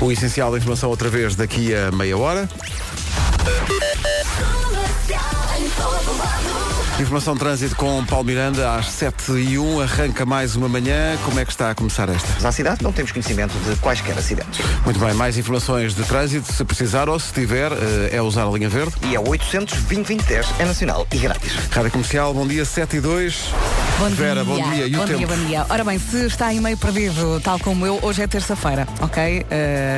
O essencial da informação outra vez daqui a meia hora. Informação de trânsito com Paulo Miranda às 7 e 1 arranca mais uma manhã. Como é que está a começar esta? Na cidade não temos conhecimento de quaisquer acidentes. Muito bem, mais informações de trânsito, se precisar ou se tiver, eh, é usar a linha verde. E é 800 é nacional e grátis. Rádio Comercial, bom dia, 7 e 2. Bom Vera, dia. bom dia. E o bom tempo? dia, bom dia. Ora bem, se está em meio perdido, tal como eu, hoje é terça-feira, ok?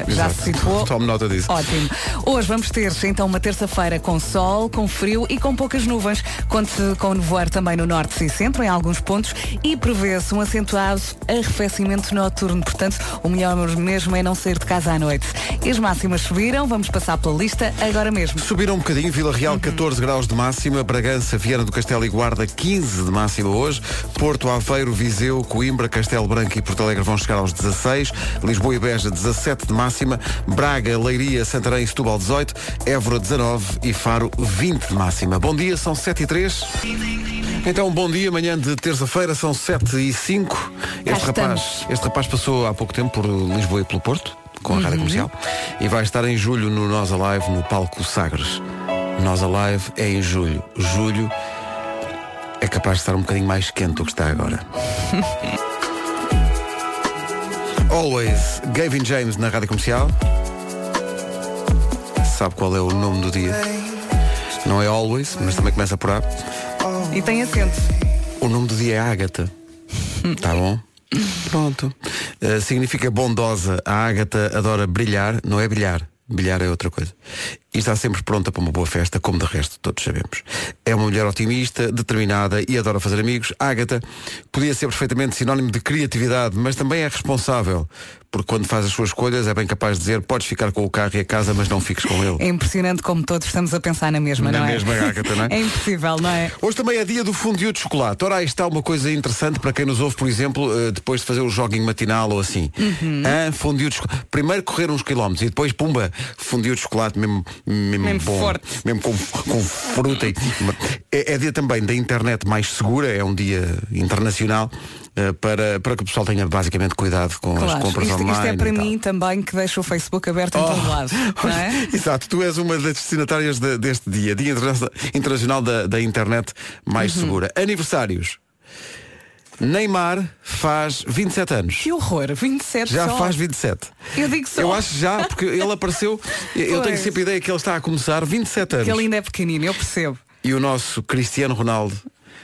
Uh, já Exato. se situou. Tome nota disso. Ótimo. Hoje vamos ter então uma terça-feira com sol, com frio e com poucas nuvens. Conte com nevoar também no norte e centro, em alguns pontos, e prevê-se um acentuado arrefecimento noturno. Portanto, o melhor mesmo é não sair de casa à noite. E as máximas subiram, vamos passar pela lista agora mesmo. Uhum. Subiram um bocadinho, Vila Real 14 graus de máxima, Bragança, Viana do Castelo e Guarda 15 de máxima hoje, Porto, Aveiro, Viseu, Coimbra, Castelo Branco e Porto Alegre vão chegar aos 16, Lisboa e Beja 17 de máxima, Braga, Leiria, Santarém e Setúbal 18, Évora 19 e Faro 20 de máxima. Bom dia, são 7 e 3. Então, bom dia, manhã de terça-feira, são 7 e 5. Este rapaz, estamos. este rapaz passou há pouco tempo por Lisboa e pelo Porto, com a rádio comercial, e vai estar em julho no Nós Alive, no palco Sagres. Nós Alive é em julho. Julho é capaz de estar um bocadinho mais quente do que está agora. Always, Gavin James na rádio comercial. Sabe qual é o nome do dia? Não é Always, mas também começa por A. E tem acento. O nome do dia é Ágata. Tá bom? Pronto. Uh, significa bondosa. A Ágata adora brilhar, não é brilhar. Brilhar é outra coisa. E está sempre pronta para uma boa festa, como de resto todos sabemos. É uma mulher otimista, determinada e adora fazer amigos. Ágata podia ser perfeitamente sinónimo de criatividade, mas também é responsável. Porque quando faz as suas escolhas é bem capaz de dizer podes ficar com o carro e a casa, mas não fiques com ele. É impressionante como todos estamos a pensar na mesma, Na não é? mesma, Ágata, não é? É impossível, não é? Hoje também é dia do fundiu de chocolate. Ora, aí está uma coisa interessante para quem nos ouve, por exemplo, eh, depois de fazer o joguinho matinal ou assim. Uhum. Ah, fundiu de chocolate. Primeiro correr uns quilómetros e depois, pumba, fundiu de chocolate mesmo, mesmo, Mesmo bom. forte. Mesmo com, com fruta. e- É, é dia também da internet mais segura, é um dia internacional. eh, Para, para que o pessoal tenha basicamente cuidado com as Claro, compras isto, online. isto é para e tal. mim também que deixa o Facebook aberto em todo lado, não é? Oh. Exato, tu és uma das destinatárias de- deste dia, Dia Interna- Internacional da, da Internet Uhum. Mais Segura. Aniversários. Neymar faz 27 anos. Que horror, 27 Já só. faz 27. Eu digo só. Eu acho já, porque ele apareceu. Eu tenho Pois. sempre a ideia que ele está a começar 27 anos. Que ele ainda é pequenino, eu percebo. E o nosso Cristiano Ronaldo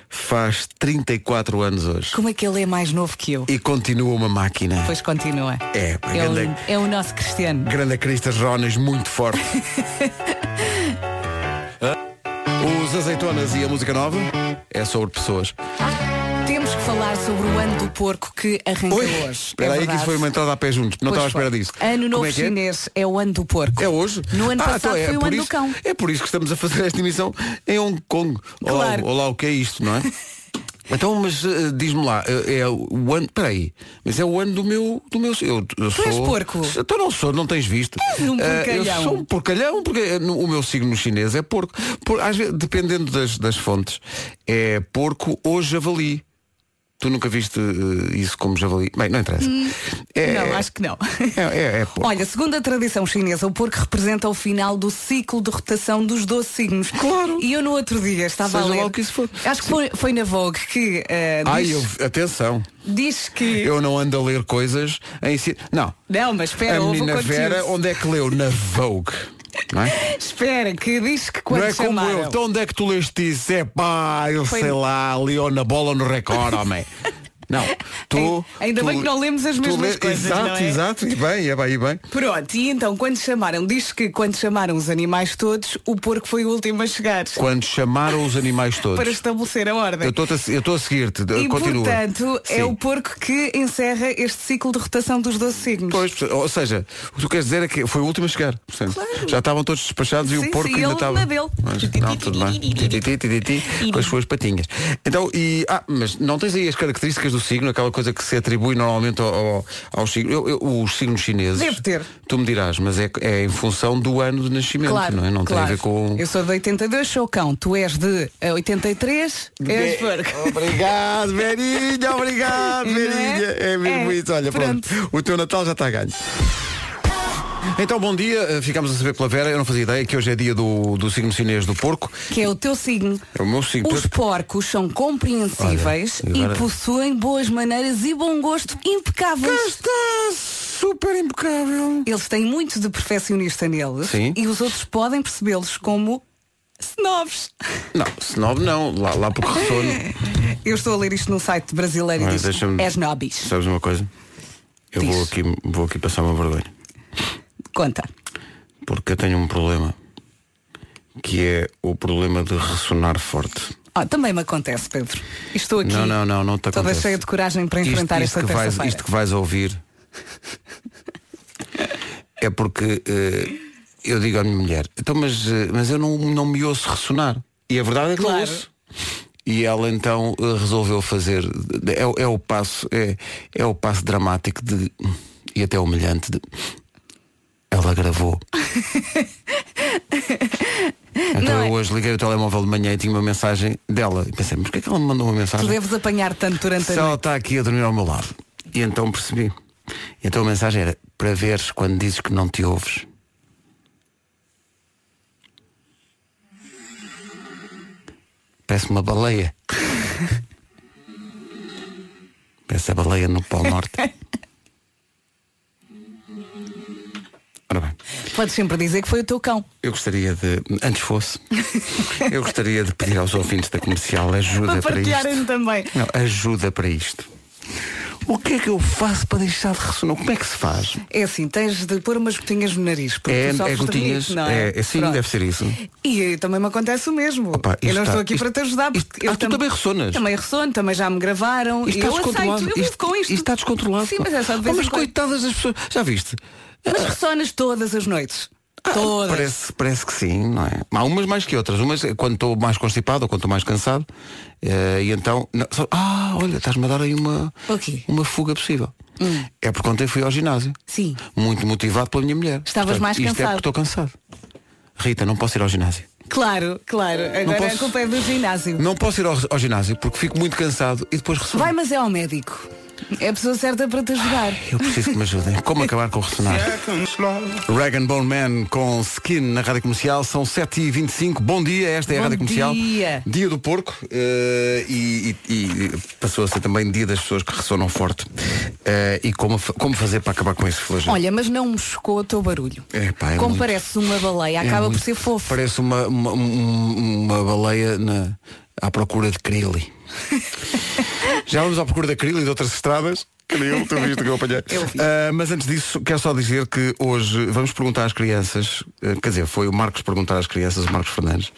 faz 34 anos hoje. Como é que ele é mais novo que eu? E continua uma máquina. Pois continua. É, é, o, grande- é o nosso Cristiano. Grande Cristas Ronas, muito forte. Ah, Os azeitonas e a música nova é sobre pessoas. Temos que falar sobre o ano do porco que arrancou hoje. É espera aí que isso foi uma entrada a pé juntos. Não estava à espera disso. Ano Como novo é que é? chinês é? o ano do porco. É hoje? No ano Ah, então passado é foi o por ano do isso- cão. É por isso que estamos a fazer esta emissão em Hong Kong. Claro. Olá, olá o que é isto, não é? Então, mas eh, diz-me lá, eh, é o ano, peraí, mas é o ano do meu, do meu, eu, eu sou... és porco. Então não sou, não tens visto. um Eh, eu porcalhão. sou um porcalhão, porque eh, no- o meu signo chinês é porco. Por, às vezes, dependendo das, das fontes, é porco ou javali. Tu nunca viste eh, isso como javali? Bem, não interessa. é, Hum, Não, acho que não. é, é, é porco. Olha, segundo a tradição chinesa, o porco representa o final do ciclo de rotação dos 12 signos. Claro. E eu no outro dia estava Seja a ler. lá o que isso for. Acho que foi, foi na Vogue que eh, Ai, diz, eu- atenção. diz que. Eu não ando a ler coisas em si. Não. Não, mas espera, a houve um menina conteúdo. Vera, onde é que leu? Na Vogue. Não é? Espera, que diz que quando não é como chamaram. eu. Então onde é que tu leste isso? É pá, eu Foi- sei lá, ali ou na bola ou no recorde, homem. Não, tu. Ai- ainda tu- bem que não lemos as tu mesmas coisas, Exato, não é? exato, e bem, é bem, e bem. Pronto, e então quando chamaram, diz que quando chamaram os animais todos, o porco foi o último a chegar Quando chamaram os animais todos. para estabelecer a ordem. Eu estou-te a- eu estou a seguir-te, E continua. portanto é Sim. o porco que encerra este ciclo de rotação dos 12 signos. Pois, ou seja, o que tu queres dizer é que foi o último a chegar. portanto. Claro. Já estavam todos despachados e Sim, o porco sim, ainda ele estava. na dele. Mas, não, tudo bem. Ti, ti, ti, ti, ti, Com as suas patinhas. Então, e. Ah, mas não tens aí as características do signo, aquela coisa que se atribui normalmente ao, ao, ao signo. Eu- eu- os signos chineses. Deve ter. Tu me dirás, mas é, é em função do ano de nascimento, Claro, não é? Não claro. tem a ver com. Eu sou de 82, sou cão. Tu és de eh, 83, és porco. Obrigado, Verinha, obrigado, Não é? Verinha. É mesmo É. isso, olha, pronto. O teu Natal já está ganho. Então, bom dia. Uh, Ficámos a saber pela Vera. Eu não fazia ideia que hoje é dia do, do signo chinês do porco. Que é o teu signo. É o meu signo. Os porcos são compreensíveis Olha, agora- e possuem boas maneiras e bom gosto impecáveis. Está super impecável. Eles têm muito de perfeccionista neles Sim. e os outros podem percebê-los como snobs. Não, snob não. Lá, lá porque ressono. É Eu estou a ler isto num site brasileiro Ah, e diz deixa-me- é snobis. Sabes uma coisa? Eu Diz. vou aqui, vou aqui passar uma vergonha. Conta. Porque eu tenho um problema. Que é o problema de ressonar forte. Ah, também me acontece, Pedro. E Estou aqui Não, não, não, não te toda acontece. cheia de coragem para Isto- enfrentar isto, esta que vais, terça-feira. isto que vais ouvir é porque eh, eu digo à minha mulher, então, mas, eh, mas eu não, não me ouço ressonar. E a verdade é que não Claro. ouço. E ela então eh, resolveu fazer, é, o- é o passo, é, é o passo dramático de, e até humilhante de, ela gravou. então eu Não é? hoje liguei o telemóvel de manhã e tinha uma mensagem dela. E pensei, mas porquê é que ela me mandou uma Tu mensagem? deves apanhar tanto durante a Se noite. ela está tá aqui a dormir ao meu lado. E então percebi. E então a mensagem era para veres quando dizes que não te ouves. Parece uma baleia. Parece a baleia no Polo Norte. Ora bem. Podes sempre dizer que foi o teu cão. Eu gostaria de, antes fosse, eu gostaria de pedir aos ouvintes da comercial ajuda Para para partilharem isto. também. Não, ajuda para isto. O que é que eu faço para deixar de ressonar? Como é que se faz? É assim, tens de pôr umas gotinhas no nariz. Porque É, tu é sofres de gotinhas? rinite, não é? É, é, sim, Pronto. deve ser isso. E eh, também me acontece o mesmo. Opa, isto eu não está- estou aqui isto- para te ajudar isto- porque ah, eu tu também ressonas? Também ressono, também já me gravaram. Isto e está eu descontrolado. aceito, eu vivo com isto. está descontrolado. Sim, mas é só de vez Oh, em mas quando. coitadas das pessoas. Já viste? Mas ressonas todas as noites. Todas. Ah, Parece, parece que sim, não é? Há umas mais que outras. Umas é quando estou mais constipado ou quando estou mais cansado. eh, e então. não, só- ah, olha, estás-me a dar aí uma, O quê? Hum. uma fuga possível. É porque ontem fui ao ginásio. Sim. Muito motivado pela minha mulher. Estavas mais isto é cansado. porque estou cansado. Rita, não posso ir ao ginásio. Claro, claro. Agora posso- a culpa é do ginásio. Não posso ir ao, ao ginásio porque fico muito cansado e depois ressono. Vai, mas é ao médico. É a pessoa certa para te ajudar. Eu preciso que me ajudem. Como acabar com o ressonar? Rag and Bone Man com Skin na Rádio Comercial. São 7h25. Bom dia, esta é a Bom Rádio Comercial. dia. Dia do Porco. eh, e e- e passou a ser também dia das pessoas que ressonam forte. Eh, e como, fa- como fazer para acabar com esse flagelo? Olha, mas não me chocou o teu barulho. Epá, é Como muito- pareces uma baleia, É acaba muito- por ser fofo. Parece uma, uma, um- uma baleia na, à procura de Krili. Já vamos à procura da Krili e de outras estradas. Krili, tu viste o que eu apanhei. Eu vi. Ah, mas antes disso, quero só dizer que hoje vamos perguntar às crianças, ah, quer dizer, foi o Marcos perguntar às crianças, o Marcos Fernandes,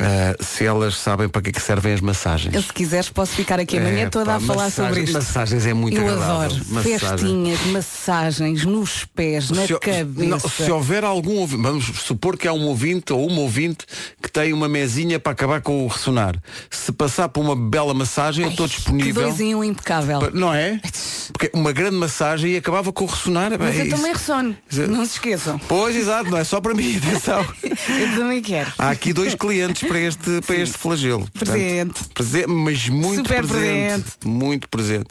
ah, se elas sabem para que é que servem as massagens. Eu, se quiseres, posso ficar aqui amanhã É, toda pá, a falar massagens- sobre isto. massagens é muito Eu agradável. adoro. Massagem. Festinhas, massagens, nos pés, na Se- cabeça. não, se houver algum ouvinte, vamos supor que há um ouvinte ou uma ouvinte que tem uma mesinha para acabar com o ressonar. Se passar por uma bela massagem, eu estou Que disponível. dois em um impecável. Pa- Não é? Porque uma grande massagem e acabava com o ressonar. Mas é eu isso. também ressono. Isso- Não se esqueçam. Pois, exato, não é só para mim, atenção. Eu também quero. Há aqui dois clientes para este, para este flagelo. Portanto, Presente. prese- mas muito Super presente. Muito presente.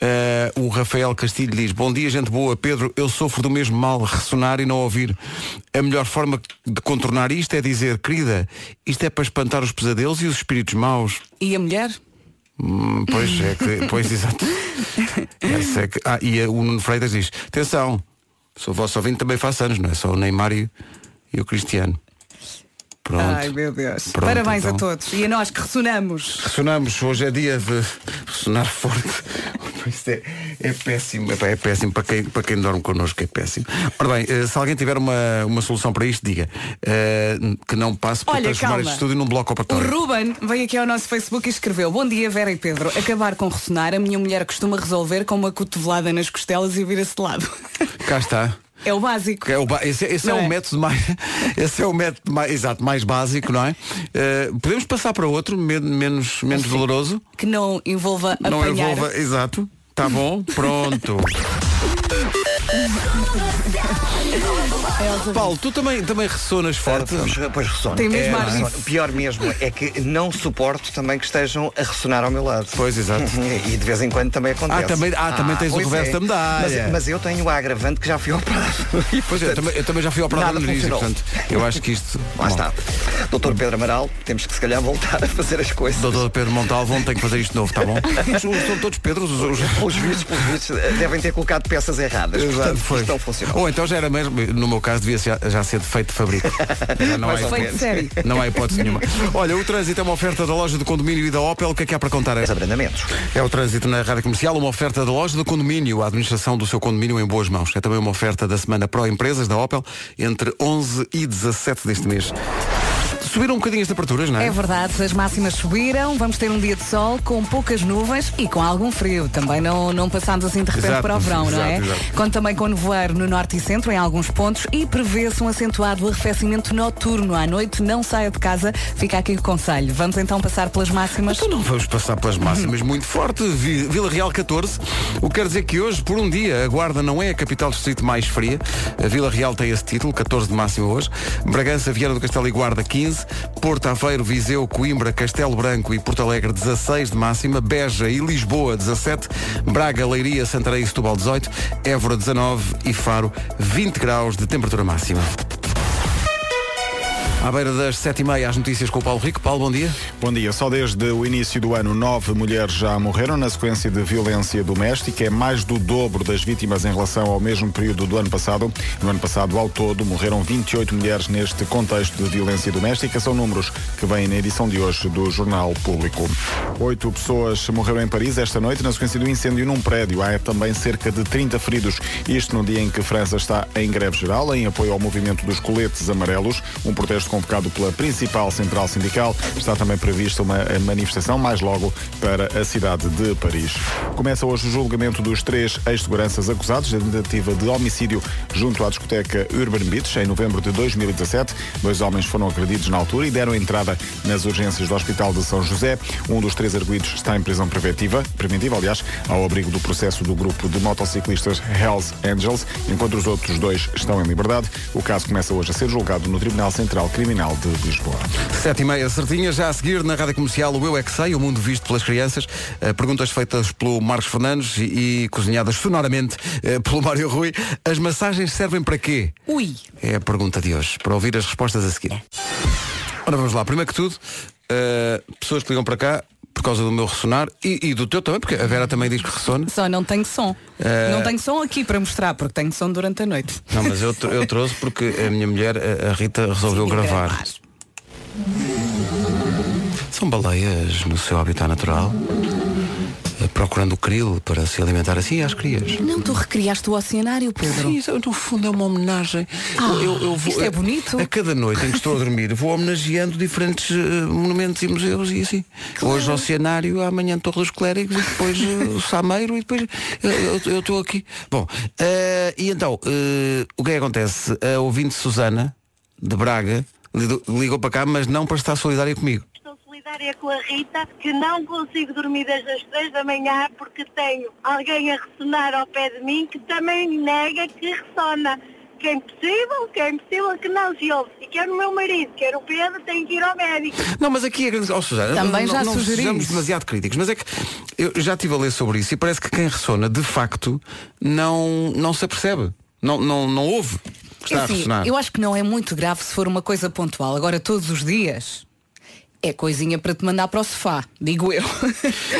Ah, o Rafael Castilho diz, bom dia, gente boa. Pedro, eu sofro do mesmo mal, ressonar e não ouvir. A melhor forma de contornar isto é dizer, querida, isto é para espantar os pesadelos e os espíritos maus. E a mulher? Hum, Pois é que, pois exato. Essa é que- ah, e eh, o Nuno Freitas diz, atenção, sou vosso ouvinte também faço anos, não é só o Neymar e, e o Cristiano. Pronto. Ai, meu Deus. Pronto, Parabéns então. a todos. E a nós que ressonamos. Ressonamos, hoje é dia de ressonar forte. Isto é, é péssimo, Epá, é péssimo para quem, para quem dorme connosco, é péssimo. Ora bem, eh, se alguém tiver uma, uma solução para isto, diga eh, que não passe por Olha, transformar calma. este estúdio num bloco O operatório. Ruben veio aqui ao nosso Facebook e escreveu Bom dia Vera e Pedro, acabar com ressonar A minha mulher costuma resolver com uma cotovelada nas costelas e vira-se de lado Cá está. É o básico Que é o ba- esse esse é, Não o é? método mais esse é o método mais exato mais básico não é Eh, podemos passar para outro men- menos menos doloroso Que não envolva não Assim. apanhar envolva exato tá bom pronto Elsa. Paulo, tu também, também ressonas forte. Ah, é? Pois, pois ressona. Tem mesmo É, ar ressona. disso. Pior mesmo é que não suporto também que estejam a ressonar ao meu lado. Pois, exato. E de vez em quando também acontece. Ah, também- ah, também tens o pois é. reverso da medalha. Mas, mas eu tenho o agravante que já fui operado. E, Pois é, eu portanto, também, eu também já fui operado nada no nariz e, funcionou. portanto, eu acho que isto. Lá Bom, está. Doutor Pedro Amaral, temos que se calhar voltar a fazer as coisas. Doutor Pedro Montalvão tem que fazer isto de novo, tá bom? Os- São todos Pedros os. os... Os juízes, pelos vistos, devem ter colocado peças erradas. portanto, isto não funcionou. Ou então já era mesmo, no meu caso devia ser- já ser de feito de fabrico. Já não, há ou hipótese. Feito menos. sério. não há hipótese nenhuma. Olha, o trânsito é uma oferta da loja do condomínio e da Opel, o que é que há para contar? Os abrandamentos. É o trânsito na Rádio Comercial, uma oferta da loja do condomínio, a administração do seu condomínio em boas mãos. É também uma oferta da semana Pro Empresas da Opel, entre 11 e 17 deste mês. Subiram um bocadinho as temperaturas, não é? É verdade, as máximas subiram, vamos ter um dia de sol com poucas nuvens e com algum frio. Também não, não passamos assim de repente Exato, para o verão, não é? exato, exato. Conto também com nevoeiro no norte e centro em alguns pontos e prevê-se um acentuado arrefecimento noturno. À noite não saia de casa, fica aqui o conselho. Vamos então passar pelas máximas. Então não vamos passar pelas máximas muito forte. Vi- Vila Real 14. O que quer dizer que hoje, por um dia, a Guarda não é a capital do distrito mais fria. A Vila Real tem esse título, 14 de máximo hoje. Bragança, Vieira do Castelo e Guarda 15. Porto Aveiro, Viseu, Coimbra, Castelo Branco e Porto Alegre 16 de máxima. Beja e Lisboa 17. Braga, Leiria, Santarém e Setúbal 18. Évora 19 e Faro 20 graus de temperatura máxima. À beira das 7h30 às notícias com o Paulo Rico. Paulo, bom dia. Bom dia. Só desde o início do ano, nove mulheres já morreram na sequência de violência doméstica. É mais do dobro das vítimas em relação ao mesmo período do ano passado. No ano passado, ao todo, morreram 28 mulheres neste contexto de violência doméstica. São números que vêm na edição de hoje do Jornal Público. Oito pessoas morreram em Paris esta noite na sequência do incêndio num prédio. Há também cerca de 30 feridos. Isto no dia em que a França está em greve geral, em apoio ao movimento dos coletes amarelos, um protesto convocado pela principal central sindical. Está também prevista uma eh, manifestação mais logo para a cidade de Paris. Começa hoje o julgamento dos três ex-seguranças acusados da tentativa de homicídio junto à discoteca Urban Beach em novembro de 2017. Dois homens foram agredidos na altura e deram entrada nas urgências do Hospital de São José. Um dos três arguidos está em prisão preventiva, preventiva aliás, ao abrigo do processo do grupo de motociclistas Hells Angels, enquanto os outros dois estão em liberdade. O caso começa hoje a ser julgado no Tribunal Central Criminal de Lisboa. Sete e meia certinha, já a seguir na Rádio Comercial o Eu É Que Sei, o mundo visto pelas crianças. Eh, Perguntas feitas pelo Marcos Fernandes e, e cozinhadas sonoramente eh, pelo Mário Rui. As massagens servem para quê? Ui! É a pergunta de hoje, para ouvir as respostas a seguir. Ora, vamos lá. Primeiro que tudo, eh, pessoas que ligam para cá por causa do meu ressonar e, e do teu também, porque a Vera também diz que ressona. Só não tenho som. Eh, Não tenho som aqui para mostrar, porque tenho som durante a noite. Não, mas eu, tr- eu trouxe porque a minha mulher, a- a Rita, resolveu E gravar. São baleias no seu habitat natural, eh, procurando o krill para se alimentar assim às crias. Não, tu recriaste o oceanário, Pedro. Sim, isso, no fundo é uma homenagem. Eu- eu- eu vou- isto é bonito. A cada noite em que estou a dormir, vou homenageando diferentes eh, monumentos e museus e assim. Hoje o Oceanário, amanhã Torre dos Clérigos e depois eh, o Sameiro e depois eu- eu- eu estou aqui. Bom, eh, e então, eh, o que é que acontece? A ouvinte Susana, de Braga, lido- ligou para cá, mas não para estar solidária comigo. Estou solidária com a Rita, que não consigo dormir desde as três da manhã porque tenho alguém a ressonar ao pé de mim que também nega que ressona. Que é impossível, que é impossível que não se ouve. E quero o meu marido, quero o Pedro, tenho que ir ao médico. Não, mas aqui é grande. Oh, Susana, Também não, já não sugeri sejamos isso. demasiado críticos, mas é que eu já estive a ler sobre isso e parece que quem ressona, de facto, não, não se apercebe. Não, não, não ouve. que Está É assim, a ressonar. eu acho que não é muito grave se for uma coisa pontual. Agora, todos os dias, é coisinha para te mandar para o sofá, digo eu.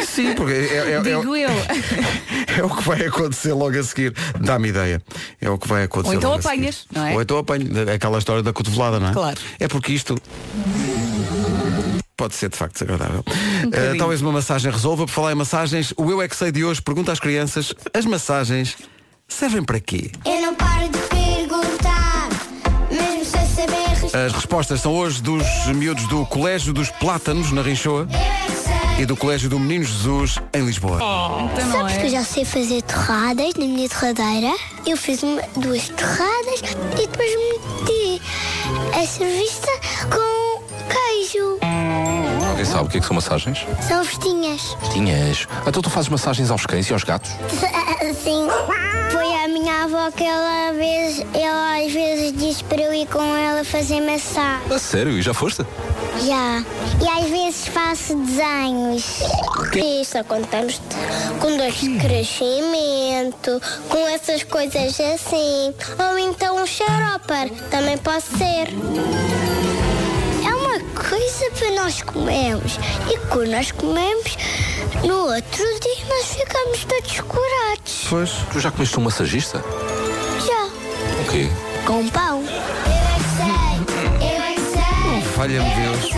Sim, porque é, é- é- é- digo eu. é o que vai acontecer logo a seguir. Dá-me ideia. É o que vai acontecer. Ou então logo a seguir. apanhas, não é? Ou então apanho. É Aquela história da cotovelada, não é? Claro. É porque isto. Pode ser de facto desagradável. Um bocadinho. Eh, talvez uma massagem resolva. Por falar em massagens, o Eu É Que Sei de hoje pergunta às crianças: as massagens servem para quê? Eu não paro de perguntar, mesmo sem saber responder. As respostas são hoje dos miúdos do Colégio dos Plátanos, na Rinchoa, e do Colégio do Menino Jesus, em Lisboa. Então não Porque eu é? já sei fazer torradas na minha torradeira. Eu fiz uma- duas torradas e depois meti a servista com queijo. Alguém sabe o que é que são massagens? São festinhas. Tinhas. Então tu fazes massagens aos cães e aos gatos? Sim. Assim, Foi a minha minha avó que ela, às vezes- ela às vezes diz para eu ir com ela fazer massagem. A sério? E já foste? Já. E às vezes faço desenhos. Isso, quando estamos com dores Hum. de crescimento, com essas coisas assim. Ou então um xaropar, também pode ser. É uma coisa para nós comermos. E quando nós comemos, no outro dia nós ficamos todos curados. Pois. Tu já comeste um massagista? Já. O quê? Com pão. Eu é que sei. Eu é que sei. Falha-me Deus.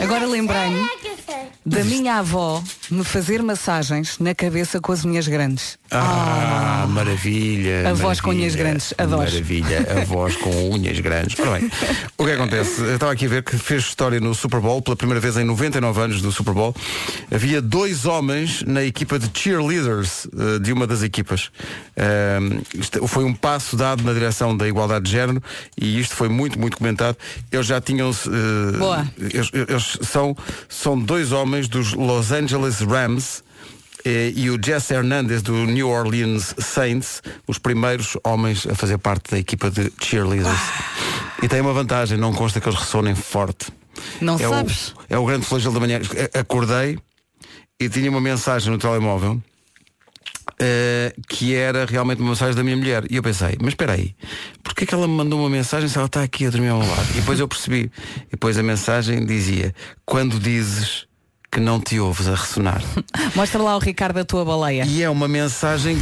Agora lembrei-me É da minha avó me fazer massagens na cabeça com as unhas grandes. Ah, maravilha. A voz com É maravilha, é unhas grandes, adoro. Maravilha, a voz com unhas grandes. Ora bem, o que acontece? Eu estava aqui a ver que fez história no Super Bowl, pela primeira vez em 99 anos do Super Bowl. Havia dois homens na equipa de cheerleaders eh, de uma das equipas. Ahm, isto foi um passo dado na direção da igualdade de género e isto foi muito, muito comentado. Eles já tinham. eh, Boa. Eles, eles são, são dois homens dos Los Angeles Rams. Eh, e o Jesse Hernandez do New Orleans Saints, os primeiros homens a fazer parte da equipa de cheerleaders. E tem uma vantagem, não consta que eles ressonem forte. Não é sabes? O, é o grande flagelo da manhã. A- Acordei e tinha uma mensagem no telemóvel eh, que era realmente uma mensagem da minha mulher. E eu pensei, mas espera aí, porquê que ela me mandou uma mensagem se ela está aqui a dormir ao meu lado? E depois eu percebi. E depois a mensagem dizia, quando dizes que não te ouves a ressonar. Mostra lá o Ricardo a tua baleia. E é uma mensagem.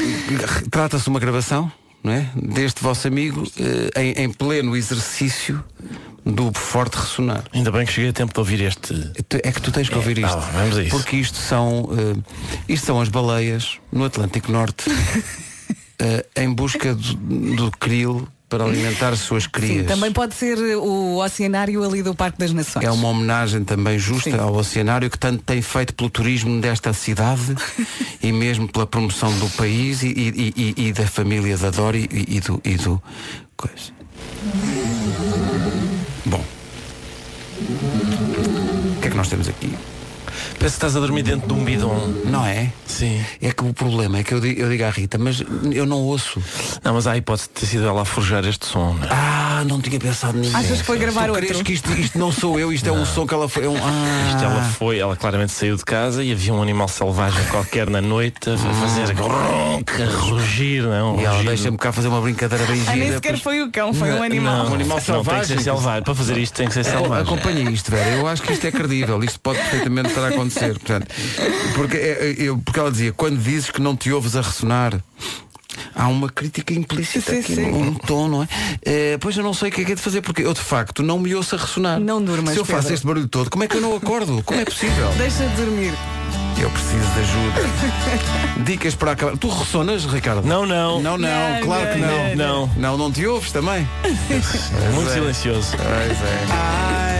Trata-se de uma gravação, não é? Deste vosso amigo eh, em, em pleno exercício do forte ressonar. Ainda bem que cheguei a tempo de ouvir este. Tu- É que tu tens que ouvir tá isto. bom, vamos a isso. Porque isto são, eh, isto são as baleias no Atlântico Norte eh, em busca do, do krill para alimentar as suas crias. Sim, também pode ser o oceanário ali do Parque das Nações. É uma homenagem também justa ao oceanário que tanto tem feito pelo turismo desta cidade e mesmo pela promoção do país e, e- e- e da família da Dori e, e do. E do coisa. Bom. O que é que nós temos aqui? Parece que estás a dormir dentro de um bidon. Não é? Sim. É que o problema é que eu di- eu digo à Rita, mas eu não ouço. Não, mas há a hipótese de ter sido ela a forjar este som. não é? Ah, não tinha pensado nisso. Achas que foi gravar tu crees outro? que isto, isto não sou eu, isto é um som que ela foi. É um, ah, Isto ela foi, ela claramente saiu de casa e havia um animal selvagem qualquer na noite a fazer gronk, a rugir, não? Ah. é? Um E ela deixa-me cá fazer uma brincadeira bem Ah, nem gira, sequer pois- foi o cão, foi um animal. um animal selvagem. Tem que ser selvagem. Para fazer isto tem que ser selvagem. Acompanha isto, Vera. Eu acho que isto é credível. Isto pode perfeitamente estar a acontecer. Portanto, porque, é- é- eu- porque ela dizia, quando dizes que não te ouves a ressonar. Há uma crítica implícita Sim, aqui, sim. um tom, não é? Eh, pois eu não sei o que é que é de fazer, porque eu de facto não me ouço a ressonar. Não durmas, Se eu faço Pedro. este barulho todo, como é que eu não acordo? Como é possível? Deixa de dormir. Eu preciso de ajuda. Dicas para acabar. Tu ressonas, Ricardo? Não, não. Não, não, Não, claro que não. não, não. Não, não te ouves também? é Muito silencioso. Pois é.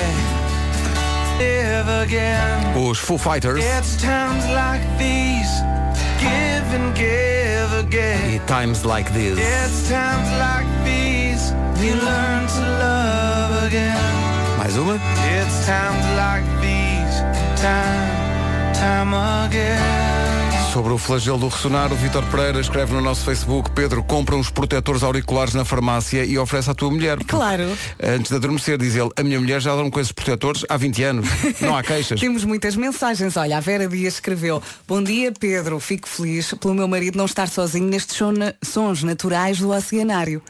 Os Foo Fighters e Times Like This. Mais uma? Sobre o flagelo do ressonar, o Vítor Pereira escreve no nosso Facebook Pedro, compra uns protetores auriculares na farmácia e oferece à tua mulher. Claro. Antes de adormecer, diz ele, a minha mulher já dorme com esses protetores há 20 anos. Não há queixas. Temos muitas mensagens. Olha, a Vera Dias escreveu Bom dia, Pedro. Fico feliz pelo meu marido não estar sozinho nestes son- sons naturais do oceanário.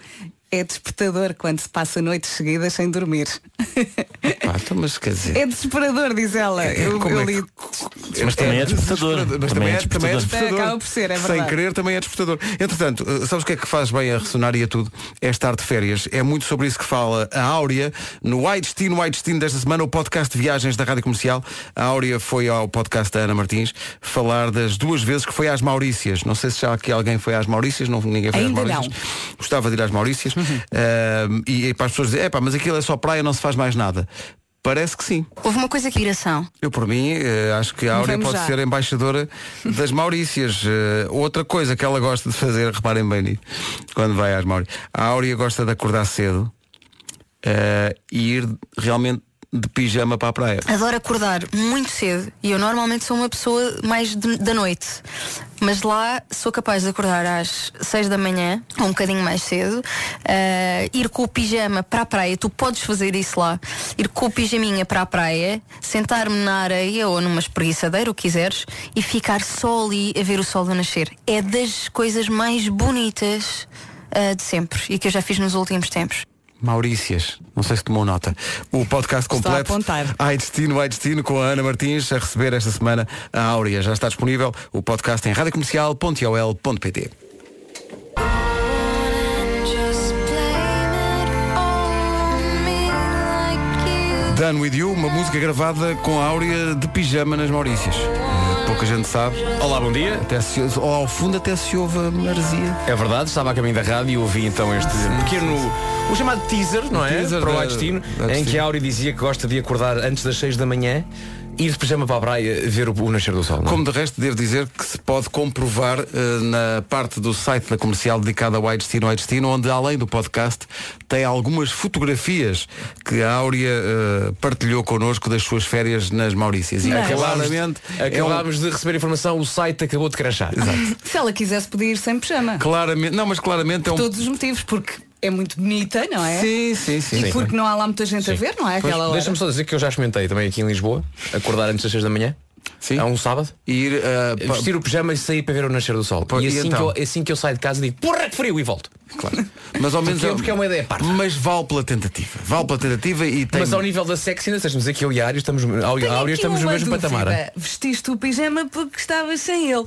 É despertador quando se passa noites seguidas sem dormir. Pá, então, mas quer dizer. É desesperador, diz ela. Eu, Como eu é que- li. Mas também é despertador. Mas também é, também é despertador. despertador. É, acaba por ser, é Sem verdade. querer também é despertador. Entretanto, eh, sabes o que é que faz bem a ressonar e a tudo? É estar de férias. É muito sobre isso que fala a Áurea no White Destino, White Destino desta semana, o podcast de viagens da Rádio Comercial. A Áurea foi ao podcast da Ana Martins falar das duas vezes que foi às Maurícias. Não sei se já aqui alguém foi às Maurícias, não, ninguém foi Ainda às não. Uhum. Maurícias. Gostava de ir às Maurícias. Ahm, e, e para as pessoas dizerem, é pá, mas aquilo é só praia, não se faz mais nada. Parece que sim. Houve uma coisa que é viração. Eu, por mim, eh, acho que a Áurea Vamos pode já. ser embaixadora das Maurícias. Eh, outra coisa que ela gosta de fazer, reparem bem nisso, quando vai às Maurícias. A Áurea gosta de acordar cedo eh, e ir realmente de pijama para a praia. Adoro acordar muito cedo e eu normalmente sou uma pessoa mais de- da noite. Mas lá sou capaz de acordar às 6 da manhã, ou um bocadinho mais cedo, eh, ir com o pijama para a praia, tu podes fazer isso lá, ir com o pijaminha para a praia, sentar-me na areia ou numa espreguiçadeira, o que quiseres, e ficar só ali a ver o sol a nascer. É das coisas mais bonitas eh, de sempre e que eu já fiz nos últimos tempos. Maurícias, não sei se tomou nota. O podcast Estou completo. a apontar. Ai Destino, Ai Destino, com a Ana Martins, a receber esta semana a Áurea. Já está disponível o podcast em radiocomercial.ol.pt. Done With You, uma música gravada com a Áurea de pijama nas Maurícias. Eh, Pouca gente sabe. Olá, bom dia. Até se, ou ao fundo até se ouve a maresia. É verdade, estava a caminho da rádio e ouvi então este pequeno, o chamado teaser, não é? Ah. teaser para o da- Destino, da em que Destino. a Áurea dizia que gosta de acordar antes das 6 da manhã, ir de pijama para a praia ver o, o nascer do sol. não é? Como de resto, devo dizer que se pode comprovar eh, na parte do site da comercial dedicada ao Ai Destino, Ai Destino, onde além do podcast tem algumas fotografias que a Áurea eh, partilhou connosco das suas férias nas Maurícias. E Não. claramente é um- Acabámos de receber informação, o site acabou de cranchar. Se ela quisesse poder ir sem pijama. claramente, não, mas Então- claramente é um Todos os motivos, porque é muito bonita, não é? Sim, sim, sim. E Sim. porque não há lá muita gente a Sim. ver, não é? Pois, Aquela hora. Deixa-me só dizer que eu já experimentei também aqui em Lisboa, acordar antes das 6 da manhã, Sim. a um sábado, E ir eh, pa- vestir o pijama e sair para ver o nascer do sol. Pois, e e assim, então? que eu, assim que eu saio de casa digo, porra que frio e volto. claro. Mas ao menos Porque é- porque é uma ideia parva. Mas vale pela tentativa. Vale pela tentativa e tem Mas ao nível da sexiness, deixa-me dizer que eu e a Áurea estamos, a Áurea- Tenho a aqui Áurea estamos no uma mesmo dúvida. patamar. Vestiste o pijama porque estavas sem ele.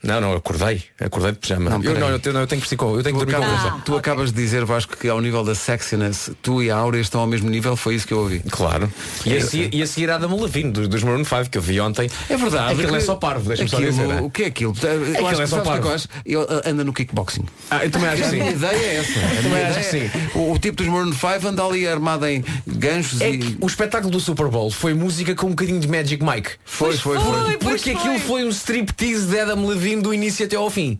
Não, não, acordei. Acordei de pijama. Não, eu, peraí. não, eu, tenho- não, eu tenho que psico, eu tenho que Tu, dormir com acabas, coisa. tu acabas de dizer, Vasco, que ao nível da sexiness, tu e a Áurea estão ao mesmo nível, foi isso que eu ouvi. Claro. E a, seguir- e a seguir a Adam Levine dos, dos Maroon 5 que eu vi ontem. É verdade. Aquilo é que- só parvo, deixa-me só Aquilo- dizer. O que é aquilo? Eu acho Aquilo é que só sabes o que é que parvo. eu acho? Ele ah, anda no kickboxing. Ah, eu também acho que A minha sim. ideia é essa. A Também minha acho ideia que é- O, o tipo dos Maroon 5 anda ali armado em ganchos É que e. o espetáculo do Super Bowl foi música com um bocadinho de Magic Mike. Foi, foi, foi. foi. Pois Porque aquilo foi um striptease de Adam Levine do início até ao fim.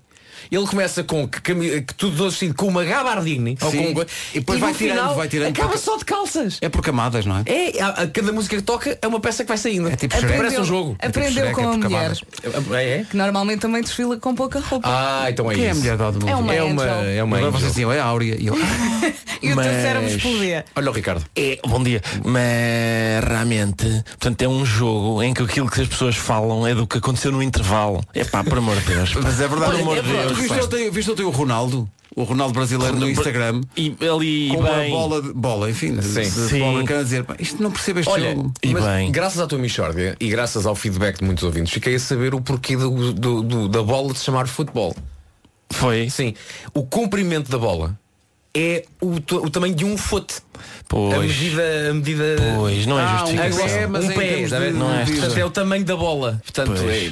Ele começa com que, cami- que tudo vestido com uma gabardine ou Sim. com um go- E depois no vai tirando, final, vai tirando, Acaba porque- só de calças. É por camadas, não é? É, a, a cada música que toca é uma peça que vai saindo. É tipo É, Shrek. parece um jogo. Aprendeu Shrek, é com a por mulher, camadas. É, é? que normalmente também desfila com pouca roupa. Ah, então é Quem é a isso. mulher da Aldo É uma- É uma, Angel. é uma Agora Angel. vocês diziam, é a Áurea. E eu, e o teu mas- cérebro explodia. Olha o Ricardo. É, bom dia. Mas realmente, portanto, é um jogo em que aquilo que as pessoas falam é do que aconteceu no intervalo. É pá, por amor de Deus. pá. Mas é verdade, Por amor de Tu Deus. viste pá. ontem- Viste ontem o Ronaldo? O Ronaldo brasileiro no Instagram. E ali com uma bem. bola de bola, enfim, de- Sim. de Sim. bola cana, dizer, "Pá, isto não percebo este Olha, jogo. E mas bem. graças à tua Michórdia e graças ao feedback de muitos ouvintes, fiquei a saber o porquê do- do- do- da bola de se chamar futebol. Foi. Sim, o comprimento da bola é o, to- o tamanho de um foot. A Pois. medida. A medida... Pois, não é Ah, um justificação. pé, mas um em pé, termos está a ver? de- Não é de- Portanto, é o tamanho da bola. Portanto, é,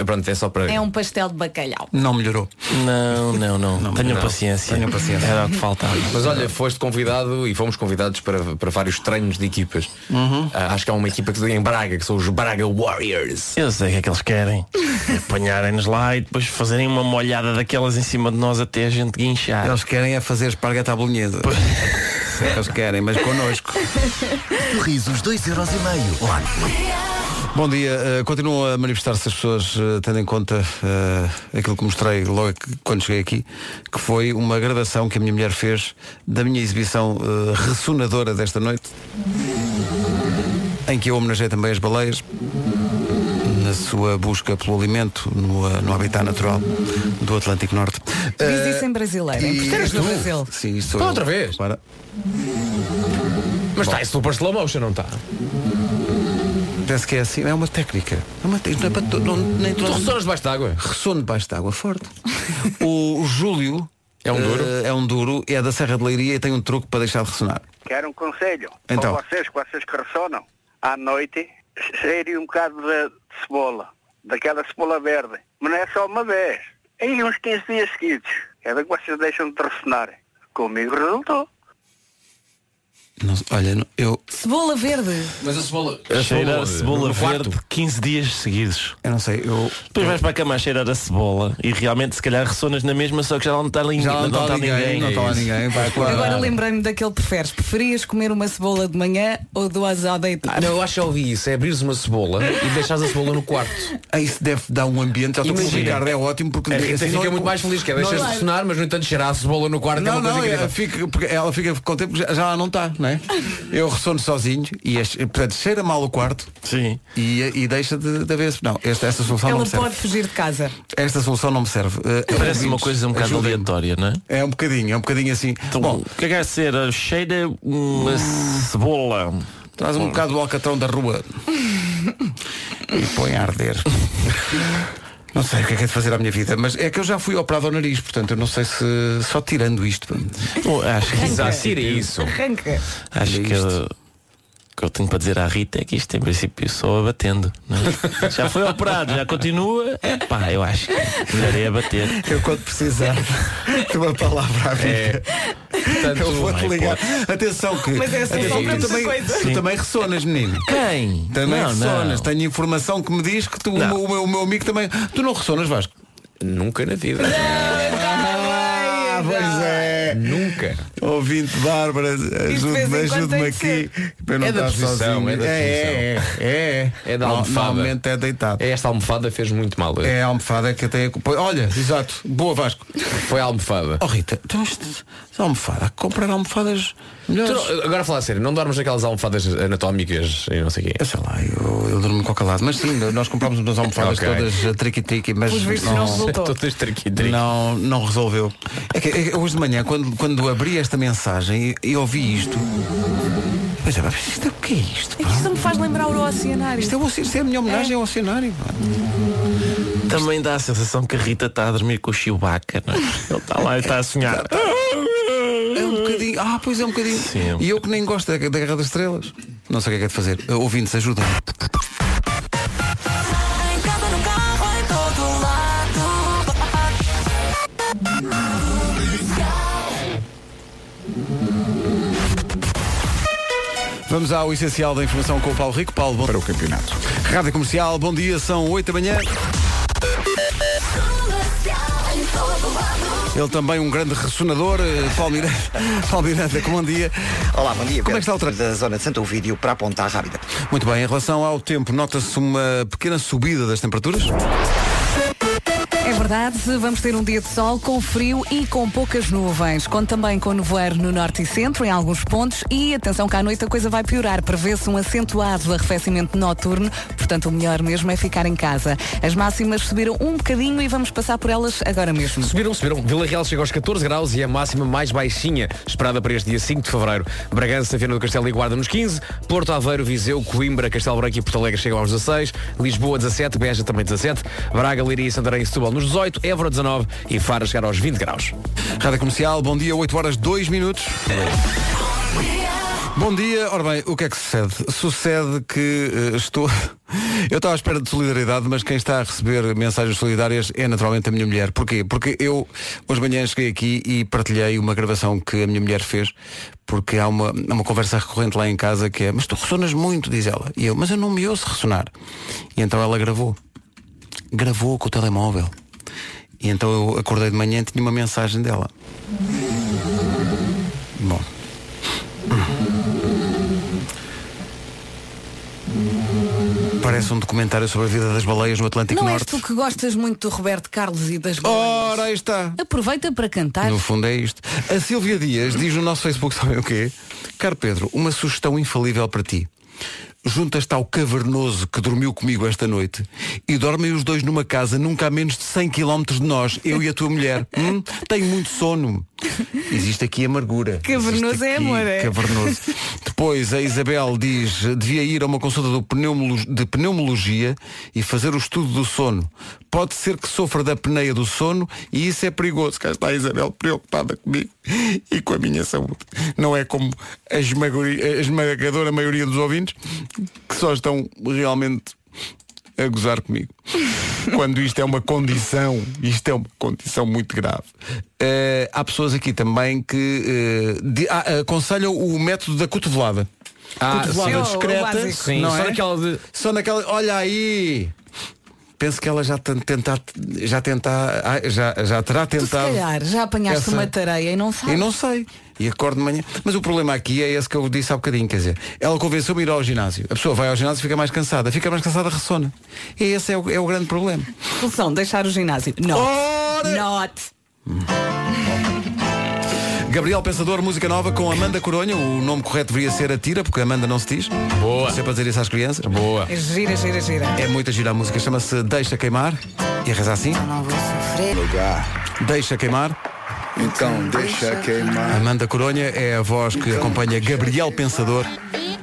é- pronto, é só para. É um pastel de bacalhau. é Não melhorou. Não, não, não. Tenham não. paciência. Tenham paciência. Era o que faltava. Mas olha, foste convidado e fomos convidados para, para vários treinos de equipas. Uhum. Ah, acho que há uma equipa que tem em Braga, que são os Braga Warriors. Eu sei o que é que eles querem. É Apanharem-nos lá e depois fazerem uma molhada daquelas em cima de nós até a gente guinchar. Eles querem é fazer espargueta à bolonhesa. Isso é que Eles querem, mas connosco. Risos 2,5€. Lá Bom dia, eh, continuam a manifestar-se as pessoas, eh, tendo em conta eh, aquilo que mostrei logo que- quando cheguei aqui, que foi uma gradação que a minha mulher fez da minha exibição eh, ressonadora desta noite, em que eu homenageei também as baleias na sua busca pelo alimento no, eh, no habitat natural do Atlântico Norte. Eh, Diz isso em brasileiro, em português do Brasil. Sim, sou Pá, eu. Então, outra vez? Para. Mas está é super slow motion, não está? Parece que é assim, é uma técnica. É uma técnica, não é para to- não- nem Tu todos. ressonas debaixo d'água. Ressono debaixo de água forte. o Júlio É um duro? eh, é um duro, é da Serra de Leiria e tem um truque para deixar de ressonar. Quero um conselho. Então. Para vocês, que vocês que ressonam, à noite, cheirem um bocado de, de cebola, daquela cebola verde. Mas não é só uma vez. Aí uns 15 dias seguidos. É daí que vocês deixam de ressonar. Comigo resultou. Não sei, olha, não- eu. Cebola verde. Mas a cebola. Cheira a cebola verde 15 dias seguidos. Eu não sei, eu. Depois vais para a cama a cheirar a cebola e realmente se calhar ressonas na mesma, só que já não está ninguém. Já não está está ninguém, não está lá É isso. ninguém, vai, claro. Agora lembrei-me daquele preferes. Preferias comer uma cebola de manhã ou duas à deitar? Ah, Não, eu acho que já ouvi isso, é abrires uma cebola e deixares a cebola no quarto. Ah, isso deve dar um ambiente, já estou com o Imagina. Ricardo, é ótimo porque A Rita assim fica não- muito mais feliz, que é deixas não- de sonar, mas no entanto cheirar a cebola no quarto é Não, uma coisa não, incrível. ela fica, porque ela fica contente porque já, já lá não está, não é? Eu ressono sozinho e este, portanto, cheira mal o quarto Sim. E, e deixa de, de haver. Não, esta, esta solução não Ela me serve. pode fugir de casa. Esta solução não me serve. Eh, Parece uma ouvintes, coisa um bocado ajudem-me. aleatória, não é? É um bocadinho, é um bocadinho assim. Bom, O que é que é ser? Cheira uma cebola. traz um bocado do alcatrão da rua e põe a arder. Não sei o que é que é de fazer à minha vida, mas é que eu já fui operado ao nariz, portanto eu não sei se só tirando isto. Bom, Oh, acho que Exato, tira isso. Arranca. Acho É que eu, o que eu tenho para dizer à Rita é que isto em princípio só abatendo. não é? já foi operado, já continua. É pá, eu acho que melhor é abater. Eu quando precisar de uma palavra à vida. É, Portanto, Eu vou-te Ai, ligar. Atenção que. Mas é só atenção, tu, para muita também, coisa. tu também ressonas, menino. Quem? Também não, ressonas. não. Tenho informação que me diz que tu, o, meu, o meu- o meu amigo também. Tu não ressonas, Vasco. Nunca na vida. Ah, pois é. Nunca. Ouvinte Bárbara, Isso de vez ajude-me em quando ajude tem que aqui. Para eu não É da estar posição, sozinho. é da é, é, é, é. É da No- almofada. Normalmente é deitado. Esta almofada fez muito mal. É a almofada que até. Olha, exato. Boa, Vasco. Foi a almofada. Oh, Rita, tu a almofada, comprar almofadas Tu melhores. não- agora a falar a sério, não dormes naquelas almofadas anatómicas e não sei o quê. Eu sei lá, eu, eu durmo com calado. Mas sim, nós comprámos umas almofadas Ok. todas eh, triqui-triqui, mas Os vistos não resultam. Tô. Todas triqui-triqui. não, não resolveu. É que, é que hoje de manhã, quando, quando abri esta mensagem e e ouvi isto, mas é, mas isto é- o que é isto? É que Isto me faz lembrar o oceanário. Isto é, o oce- isto é a minha homenagem ao cenário. Também dá a sensação que a Rita está a dormir com o Chewbacca, não é? Ele está lá e está a sonhar. É um bocadinho. Ah, pois é um bocadinho. Sim, é um E eu que nem gosto da, da Guerra das Estrelas. Não sei o que é que é de fazer. Eh, Ouvintes, ajudem. Vamos ao essencial da informação com o Paulo Rico. Paulo, bom... para o campeonato. Rádio Comercial, bom dia, são 8 da manhã. Ele também um grande ressonador, eh, Paulo Miranda. Paulo Miranda, que bom dia. Olá, bom dia. Como é que Pedro. está o trânsito? Da zona de Santo Ovídio para apontar rápida. Muito bem, em relação ao tempo, nota-se uma pequena subida das temperaturas. É verdade, vamos ter um dia de sol com frio e com poucas nuvens. Conto também com nevoeiro no norte e centro, em alguns pontos. E atenção que à noite a coisa vai piorar. Prevê-se um acentuado arrefecimento noturno, portanto o melhor mesmo é ficar em casa. As máximas subiram um bocadinho e vamos passar por elas agora mesmo. Subiram, subiram. Vila Real chega aos 14 graus e é a máxima mais baixinha esperada para este dia 5 de fevereiro. Bragança, Viana do Castelo e Guarda nos 15. Porto Aveiro, Viseu, Coimbra, Castelo Branco e Porto Alegre chegam aos 16. Lisboa 17, Beja também 17. Braga, Leiria, Santarém e Setúbal nos 18. Évora 19 e Faro chegar aos 20 graus. Rádio Comercial, bom dia, 8 horas 2 minutos. Bom dia, ora bem, o que é que sucede? Sucede que eh, estou. Eu estava à espera de solidariedade, mas quem está a receber mensagens solidárias é naturalmente a minha mulher. Porquê? Porque eu hoje de manhã cheguei aqui e partilhei uma gravação que a minha mulher fez, porque há uma, há uma conversa recorrente lá em casa que é, mas tu ressonas muito, diz ela. E eu, mas eu não me ouço ressonar. E então ela gravou gravou com o telemóvel. E então eu acordei de manhã e tinha uma mensagem dela. Bom. Parece um documentário sobre a vida das baleias no Atlântico Não é és Norte. tu que gostas muito do Roberto Carlos e das bolas? Ora, aí está. Aproveita para cantar. No fundo é isto. A Silvia Dias diz no nosso Facebook, sabem o quê? Caro Pedro, uma sugestão infalível para ti. Juntas-te ao cavernoso que dormiu comigo esta noite e dormem os dois numa casa nunca a menos de 100 km de nós, eu e a tua mulher. Hum? Tenho muito sono. Existe aqui amargura. Cavernoso Existe é aqui amor, é? Cavernoso. Depois a Isabel diz, devia ir a uma consulta do pneumolo- de pneumologia e fazer o estudo do sono. Pode ser que sofra da apneia do sono e isso é perigoso. Cá está a Isabel preocupada comigo e com a minha saúde. Não é como a, esmagori- a esmagadora maioria dos ouvintes que só estão realmente a gozar comigo. Quando isto é uma condição, isto é uma condição muito grave. Eh, há pessoas aqui também que eh, de- ah, aconselham o método da cotovelada. Ah, sim, o- cotovelada o discreta, básico. Sim, não só é? naquela Só naquela, olha aí. Penso que ela já ten- tentar, já tentar, ah, já, já terá Tu se tentado. calhar já apanhaste essa- uma tareia e não sabes. eu não sei. E acordo de manhã. Mas o problema aqui é esse que eu disse há bocadinho, quer dizer, ela convenceu-me a ir ao ginásio. A pessoa vai ao ginásio e fica mais cansada. Fica mais cansada, ressona. E esse é o, é o grande problema. Oh! Solução, deixar o ginásio. Not. Not. Gabriel Pensador, música nova com Amanda Coronha. O nome correto deveria ser Atira, porque Amanda não se diz. Boa. Você para dizer isso às crianças. Boa. Gira, gira, gira. É muita gira a música. Chama-se Deixa Queimar. E reza assim. Deixa Queimar. Então deixa queimar. Amanda Coronha é a voz que acompanha Gabriel Pensador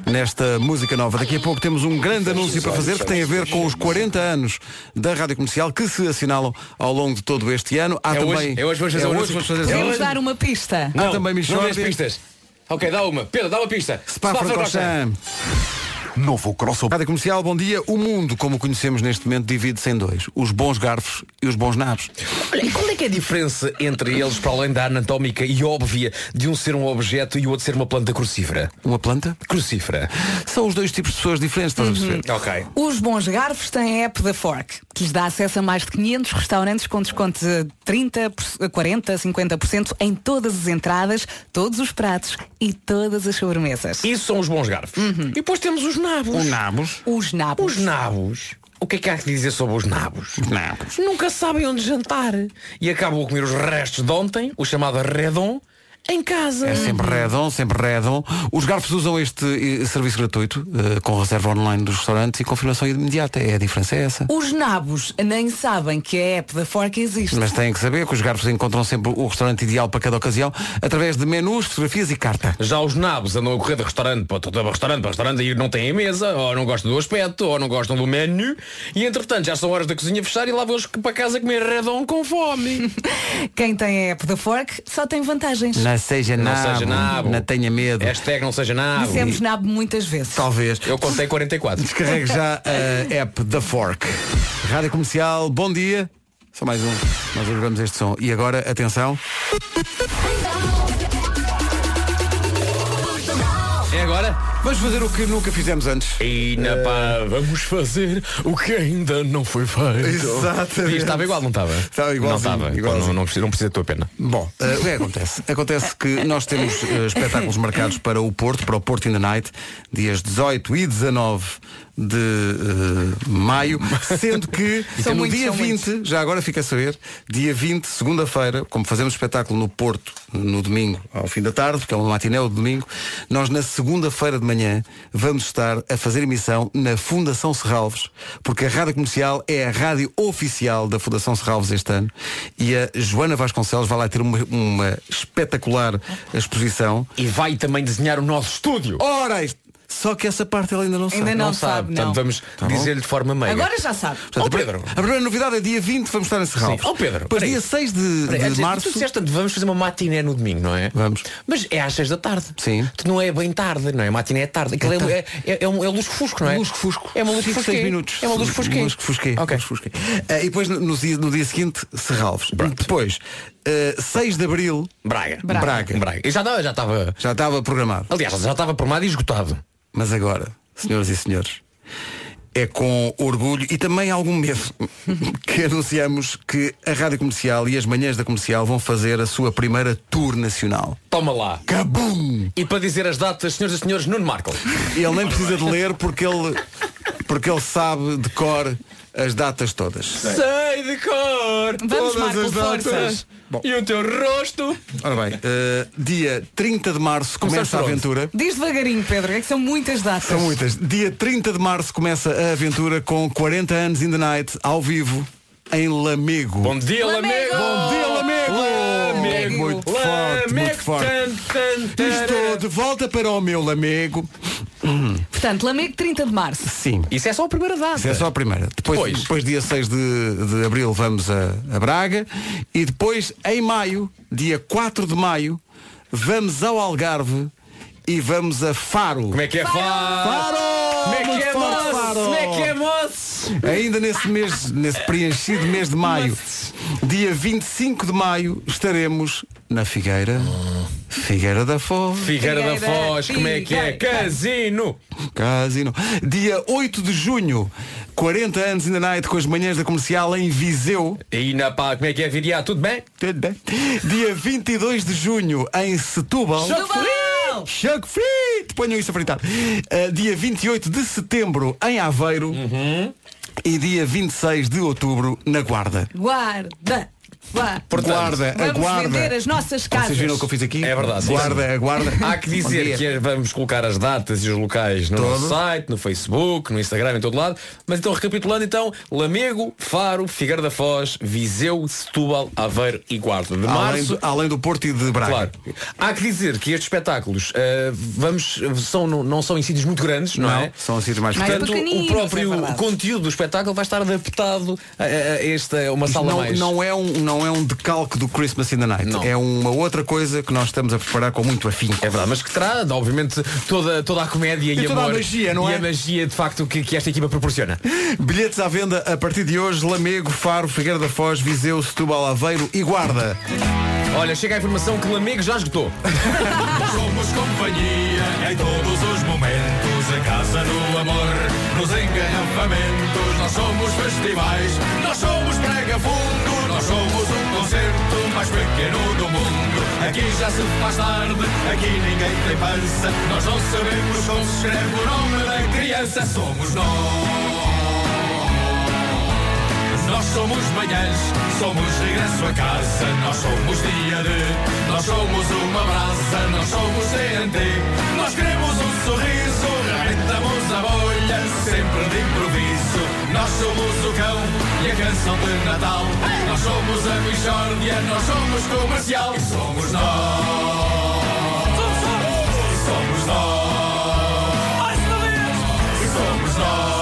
nesta música nova. Daqui a pouco temos um grande anúncio para fazer que tem a ver com os 40 anos da Rádio Comercial que se assinalam ao longo de todo este ano. Há É hoje, também. é hoje, vamos fazer é um hoje, anúncio, vamos vamos fazer fazer um um Vamos anúncio. dar uma pista. Não, também me não dês chorem. pistas. Ok, dá uma. Pedro, dá uma pista. Spa Francorchamps. Novo crossover. Rádio Comercial, bom dia. O mundo, como o conhecemos neste momento, divide-se em dois. Os bons garfos e os bons nabos. Olha, e qual é que é a diferença entre eles, para além da anatómica e óbvia, de um ser um objeto e o outro ser uma planta crucífera? Uma planta? Crucífera. São os dois tipos de pessoas diferentes, estás a perceber? Uhum. Ok. Os bons garfos têm a app da Fork, que lhes dá acesso a mais de 500 restaurantes com desconto de 30, 40, 50% em todas as entradas, todos os pratos e todas as sobremesas. Uhum. Isso são os bons garfos. E depois temos os nabos. Os nabos. Os nabos. Os nabos. O que é que há que dizer sobre os nabos? Os nabos. Nunca sabem onde jantar. E acabam a comer os restos de ontem, o chamado redon, em casa. É sempre redon, sempre redon. Os garfos usam este eh, serviço gratuito, eh, com reserva online dos restaurantes e confirmação imediata. É a diferença é essa. Os nabos nem sabem que a app da Fork existe. Mas têm que saber que os garfos encontram sempre o restaurante ideal para cada ocasião através de menus, fotografias e carta. Já os nabos andam a correr de restaurante para, de restaurante para restaurante e não têm mesa, ou não gostam do aspecto, ou não gostam do menu, e entretanto já são horas da cozinha fechar e lá vão para casa comer redon com fome. Quem tem a app da Fork só tem vantagens. Não seja Não nabo, seja nabo. não tenha medo. Hashtag não seja nabo. Dissemos nabo muitas vezes. Talvez. Eu contei 44. Descarregue já a app da Fork. Rádio Comercial, bom dia. Só mais um. Nós adoramos este som. E agora, atenção. É agora? Vamos fazer o que nunca fizemos antes. Eh, E na pá, vamos fazer o que ainda não foi feito. Exatamente. E estava igual, não estava? Estava igual. igualzinho, Não estava. Então igualzinho. Não, não precisa, não precisa da tua pena. Bom, eh, o que é que acontece? Acontece que nós temos eh, espetáculos marcados para o Porto, para o Porto in the Night, dias 18 e 19 de eh, maio, sendo que E são no muitos, dia são 20, já agora fica a saber, dia 20, segunda-feira, como fazemos espetáculo no Porto no domingo ao fim da tarde, porque é uma matiné o domingo, nós na segunda-feira de manhã vamos estar a fazer emissão na Fundação Serralves, porque a Rádio Comercial é a rádio oficial da Fundação Serralves este ano e a Joana Vasconcelos vai lá ter uma, uma espetacular exposição. E vai também desenhar o nosso estúdio. Ora, isto- só que essa parte ela ainda não sabe. Tá Ainda não Não sabe, sabe, Portanto, vamos dizer-lhe de forma meia. Agora já Tá. sabe. Portanto, a primeira- A primeira novidade é dia 20, vamos estar em Serralves. Ó Pedro, Depois peraí. dia 6 de, Peraí, antes de março. Tu disseste, portanto, vamos fazer uma matiné no domingo, não é? Vamos. Mas é às 6 da tarde. Sim. Tu não é bem tarde, não é? Matiné é tarde. Aquilo é, é, é, é um é lusco-fusco, não é? Lusco-fusco. É uma Cinco, lusco-fusco. seis minutos. Um É uma lusco-fusco. Lusco-fusquê. Lusco-fusquê. Eh, e depois no, no dia, no dia seguinte, Serralves. Depois, eh, 6 de Abril, Braga. Braga. Braga. E já estava, já estava. Já estava programado. Aliás, já estava programado e esgotado. Mas agora, senhoras e senhores, é com orgulho e também algum medo que anunciamos que a Rádio Comercial e as manhãs da comercial vão fazer a sua primeira tour nacional. Toma lá. Cabum! E para dizer as datas, senhoras e senhores, Nuno Marco. Ele nem precisa de ler porque ele, porque ele sabe de cor as datas todas. Sei de cor. Vamos, Marco, forças. E o teu rosto. Ora bem, eh, dia 30 de março Começamos começa a por onde? aventura. Diz devagarinho, Pedro, é que são muitas datas. São muitas. Dia 30 de março começa a aventura com 40 anos in the night, ao vivo, em Lamego. Bom dia, Lamego! Bom dia, Lamego! Lamego! Muito forte, muito forte. Estou de volta para o meu Lamego. Hum, Portanto, Lamego 30 de março. Sim. Isso é só a primeira data. Isso é só a primeira. Depois, depois. dia 6 de, de abril, vamos a, a Braga. E depois, em maio, dia 4 de maio, vamos ao Algarve e vamos a Faro. Como é que é Faro? Faro! Como é que Muito é forte, moço? Faro! Como é que é moço? Ainda nesse mês, nesse preenchido mês de maio, dia 25 de maio, estaremos na Figueira. Figueira da Foz. Ah. Figueira da Foz, como é que é? Casino! Casino. Dia 8 de junho, 40 anos in the night com as manhãs da comercial em Viseu. E na pá, como é que é, Viriá? Tudo bem? Tudo bem. Dia 22 de junho em Setúbal. Choco frito! Choco frito! Ponham isso a fritar. Uh, dia 28 de setembro em Aveiro. Uhum. E dia 26 de outubro na Guarda. Guarda! Vá. Portanto, Guarda, Vamos aguarda. vender as nossas casas. Vocês viram o que eu fiz aqui? É verdade. Guarda, sim. aguarda. Há que Bom dia. dizer que é vamos colocar as datas e os locais no Todo. nosso site, no Facebook, no Instagram, em todo lado. Mas então, recapitulando, então, Lamego, Faro, Figueira da Foz, Viseu, Setúbal, Aveiro e Guarda. De Além março do, além do Porto e de Braga. Claro. Há que dizer que estes espetáculos ah, vamos, são, não, não são em sítios muito grandes, não, Não, é? são em sítios mais Mais Portanto, o pequeninos, próprio é verdade. conteúdo do espetáculo vai estar adaptado a, a- a esta uma Isto sala não, mais. não é um, não é um decalque do Christmas in the Night. É uma outra coisa que nós estamos a preparar com muito afinco. É verdade, mas que traz, obviamente, toda, toda a comédia e, E toda amor a magia, não e é? a magia, de facto, que, que esta equipa proporciona. Bilhetes à venda a partir de hoje, Lamego, Faro, Figueira da Foz, Viseu, Setúbal, Aveiro e Guarda. Olha, chega a informação que Lamego já esgotou. Somos companhia em todos os momentos, em casa, no amor, nos enganhafamentos. Nós somos festivais, nós somos prega fundo, nós somos um concerto mais pequeno do mundo. Aqui já se faz tarde, aqui ninguém tem pança. Nós não sabemos como se escreve o nome da criança. Somos nós. Nós somos manhãs, somos regresso a casa, nós somos dia de, nós somos uma brasa, nós somos TNT, nós queremos um sorriso, rebentamos a bolha, sempre de improviso. Nós somos o cão e a canção de Natal, nós somos a Michórdia, nós somos comercial, e somos nós. E somos nós. Mais uma vez. E somos nós.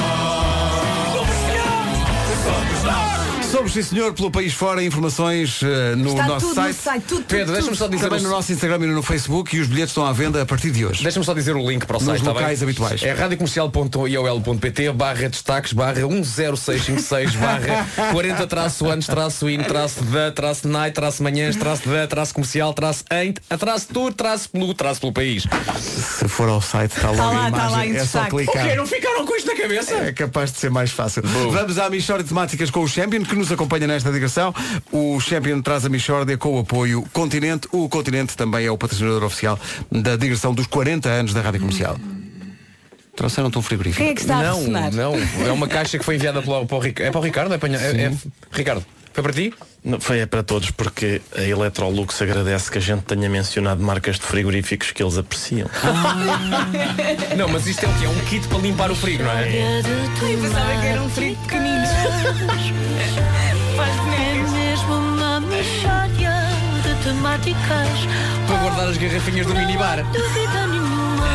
Comercial. E somos nós. Somos, sim senhor, pelo país fora, informações eh, no Está nosso tudo site. no site, tudo, tudo, Pedro, deixa-me só dizer Também um- no nosso Instagram e no Facebook e os bilhetes estão à venda a partir de hoje. Deixa-me só dizer o link para o Nos site. tá bem? locais habituais. É radiocomercial.iol.pt barra destaques barra 10656 barra 40 traço anos traço in traço da traço night traço manhãs traço da traço comercial traço em traço tour traço pelo traço pelo país. Se for ao site, está logo a imagem. é só clicar. O quê? Não ficaram com isto na cabeça? É capaz de ser mais fácil. Vamos à Michórdia de Temáticas com o Champion, que nos acompanha nesta digressão. O Champion traz a Michórdia com o apoio Continente. O Continente também é o patrocinador oficial da digressão dos 40 anos da Rádio Comercial. Trouxeram-te um frigorífico. Quem é que está a não, ressonar? não. É uma caixa que foi enviada pelo, para o Ricardo. É para o Ricardo? É para, é- é- Ricardo, foi para ti? Não, foi é para todos porque a Electrolux agradece que a gente tenha mencionado marcas de frigoríficos que eles apreciam. Não, mas isto é o que? É um kit para limpar o frigo, não é? Ai, pensava que era um frio pequenino. Faz bonecos. É mesmo uma mixória de temáticas. Para guardar as garrafinhas do minibar. Dúvida nenhuma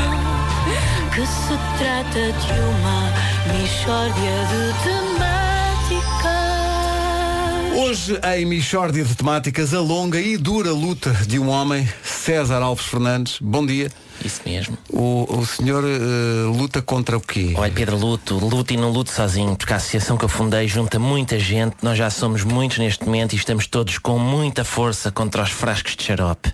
que se trata de uma mixória de temáticas. Hoje, em Michórdia de Temáticas, a longa e dura luta de um homem, César Alves Fernandes. Bom dia. Isso mesmo. O, o senhor eh, luta contra o quê? Olha, Pedro, luto, luto e não luto sozinho, porque a associação que eu fundei junta muita gente, nós já somos muitos neste momento e estamos todos com muita força contra os frascos de xarope.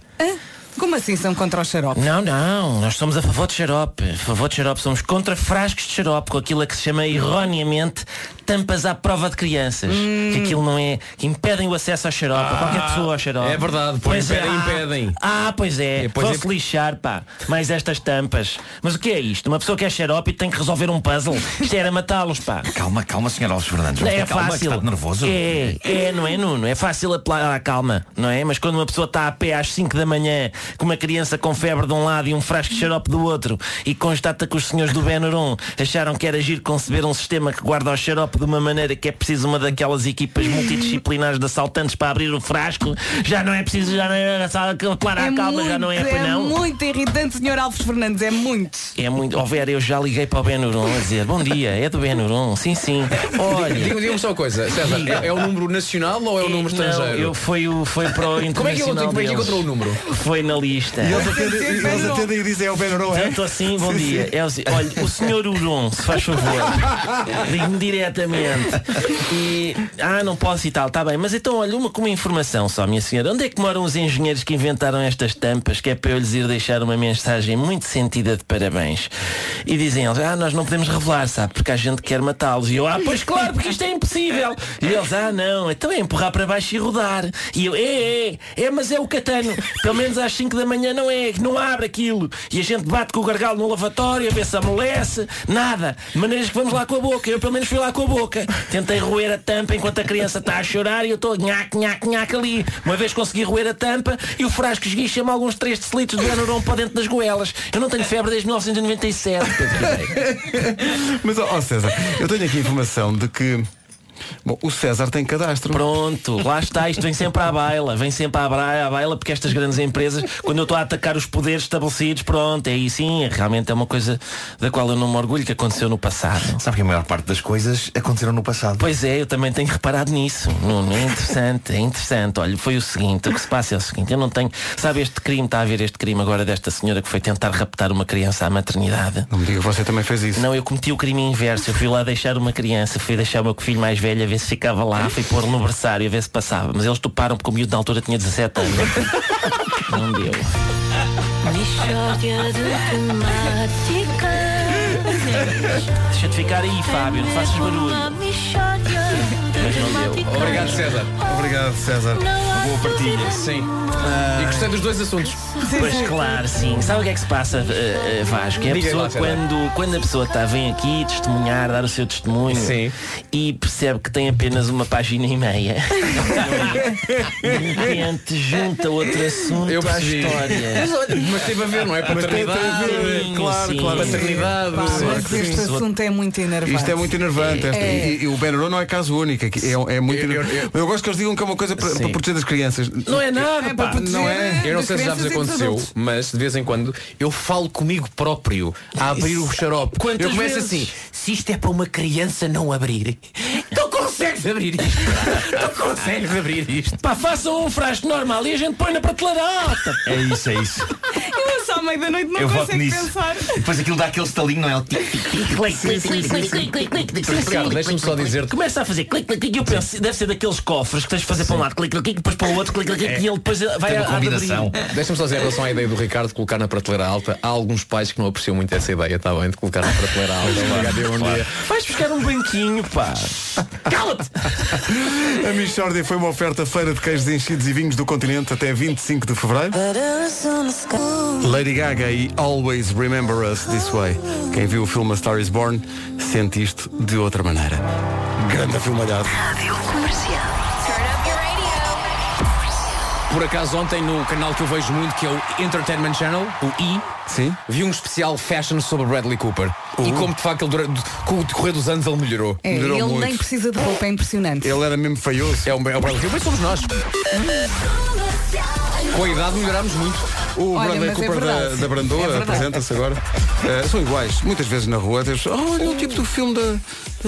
Como assim são contra o xarope? Não, não, nós somos a favor de xarope. A favor de xarope, somos contra frascos de xarope, com aquilo a que se chama erroneamente tampas à prova de crianças. Hum. Que aquilo não é. que impedem o acesso ao xarope, a qualquer pessoa ao xarope. é verdade, pois impedem, impedem. Ah, pois é, pois vão-se é. lixar, pá. Mas estas tampas. Mas o que é isto? Uma pessoa que é xarope e tem que resolver um puzzle. Isto era matá-los, pá. Calma, calma, senhor Alves Fernandes. Não, é Calma, que fácil. Está nervoso? É, é, não é, Nuno? É fácil apelar à calma, não é? Mas quando uma pessoa está a pé às 5 da manhã, com uma criança com febre de um lado e um frasco de xarope do outro, e constata que os senhores do Benuron acharam que era giro conceber um sistema que guarda o xarope de uma maneira que é preciso uma daquelas equipas multidisciplinares de assaltantes para abrir o frasco, já não é preciso, já não é apelar à calma, já não é, pois é não. muito irritante, senhor Alves Fernandes, é muito. É muito. Oh, Vera, eu já liguei para o Benuron a dizer bom dia, é do Benuron, sim, sim. Olha. Diga- Diga-me só uma coisa, César, é, é o número nacional ou é o número Não, estrangeiro? eu foi o foi para o Como é que ele- internacional como é que deles. encontrou o número? Foi na lista. E eles atendem, eles atendem e dizem é o Ben Oro, é? Tanto assim, bom dia. É o- olha, o senhor Uron, se faz favor, ligue-me diretamente. Exatamente. E, ah, não posso e tal, está bem. Mas então, olha, uma, com uma informação só, minha senhora. Onde é que moram os engenheiros que inventaram estas tampas? Que é para eu lhes ir deixar uma mensagem muito sentida de parabéns. E dizem eles, ah, nós não podemos revelar, sabe? Porque a gente quer matá-los. E eu, ah, pois claro, porque isto é impossível. E eles, ah, não, então é empurrar para baixo e rodar. E eu, é, é, é, mas é o Catano. Pelo menos às 5 da manhã não é, que não abre aquilo. E a gente bate com o gargalo no lavatório, a ver se amolece, nada. Maneiras que vamos lá com a boca. Eu pelo menos fui lá com a boca. Tentei roer a tampa enquanto a criança está a chorar e eu estou nhac, nhac, nhac ali. Uma vez consegui roer a tampa e o frasco esguicha-me alguns 3 decilitros de anuron para dentro das goelas. Eu não tenho febre desde 1997. Pedro Ribeiro. Mas, ó ó, César, eu tenho aqui a informação de que. Bom, o César tem cadastro. Pronto, lá está, isto vem sempre à baila, vem sempre à, bra- à baila, porque estas grandes empresas, quando eu estou a atacar os poderes estabelecidos, pronto, aí sim, realmente é uma coisa da qual eu não me orgulho que aconteceu no passado. Sabe que a maior parte das coisas aconteceram no passado. Pois é, eu também tenho reparado nisso. Nuno, é interessante, é interessante. Olha, foi o seguinte, o que se passa é o seguinte, eu não tenho. Sabe este crime, está a haver este crime agora desta senhora que foi tentar raptar uma criança à maternidade. Não me diga que você também fez isso. Não, eu cometi o crime inverso. Eu fui lá deixar uma criança, fui deixar o meu filho mais velho a ver se ficava lá, fui pôr no berçário a ver se passava. Mas eles toparam porque o miúdo na altura tinha 17 anos. Não deu. Mishória de temáticas Deixa-te ficar aí, Fábio, não faças barulho. Uma mishória Mas de não temáticas Obrigado, César. Obrigado, César. Uma boa partilha. Sim. Ah. E gostei dos dois assuntos. Pois claro, sim. Sabe o que é que se passa, eh, eh, Vasco? É a Diga pessoa lá, César. quando, quando a pessoa está, vem aqui testemunhar, dar o seu testemunho e percebe que tem apenas uma página e meia. De repente junta outro assunto Eu à percebi. história. Mas olha, mas teve a ver, não é? Mas teve a ver, Paternidade. claro, Sim, claro. sim. Paternidade. Pá, Sim. mas Sim. este assunto é muito enervante. Isto é muito enervante. esta- É. E, e o Benuron não é caso único. aqui, É, é muito eu, eu, gosto que eles digam que é uma coisa para, para proteger das crianças. Não é nada, pá. Não é? Eu não sei se já vos aconteceu, mas de vez em quando eu falo comigo próprio a abrir o xarope. Quantas eu começo vezes? assim, Se isto é para uma criança não abrir, tu consegues abrir isto. Tu consegues abrir isto. Pá, façam um frasco normal e a gente põe na prateleira alta. É isso, é isso. Eu só à meia da noite não Eu voto consigo nisso. pensar. Depois aquilo dá aquele estalinho, não é? Ricardo, deixa-me só dizer-te. Começa a fazer clic, clic, clic, e eu penso, deve ser daqueles cofres que tens de fazer para um lado, clic, clic, clic, depois para o outro, clic, clic, clic, É. e ele depois vai Tem à uma à combinação. abrir. É. Deixa-me só dizer em relação à ideia do Ricardo de colocar na prateleira alta. Há alguns pais que não apreciam muito essa ideia, está bem? De colocar na prateleira alta. Obrigado, e bom dia. Vais buscar um banquinho, pá. Cala-te! A Michórdia foi uma oferta feira de queijos enchidos e vinhos do continente até 25 de fevereiro. Lady Gaga e Always Remember Us This Way. Quem viu o filme A Star Is Born sente isto de outra maneira. Grande filmalhado. Por acaso ontem no canal que eu vejo muito, que é o Entertainment Channel, o I, Sim. vi um especial fashion sobre Bradley Cooper. E como de facto ele, durante- com o decorrer dos anos ele melhorou. É, ele nem precisa de roupa, é impressionante. Ele era mesmo feioso. É o, é o Bradley Cooper, somos nós. Com a idade melhorámos muito. O Olha, Bradley mas é Cooper da, verdade. da Brandoa É verdade. apresenta-se agora. Eh, são iguais. Muitas vezes na rua, tens, oh, olha o tipo do filme da,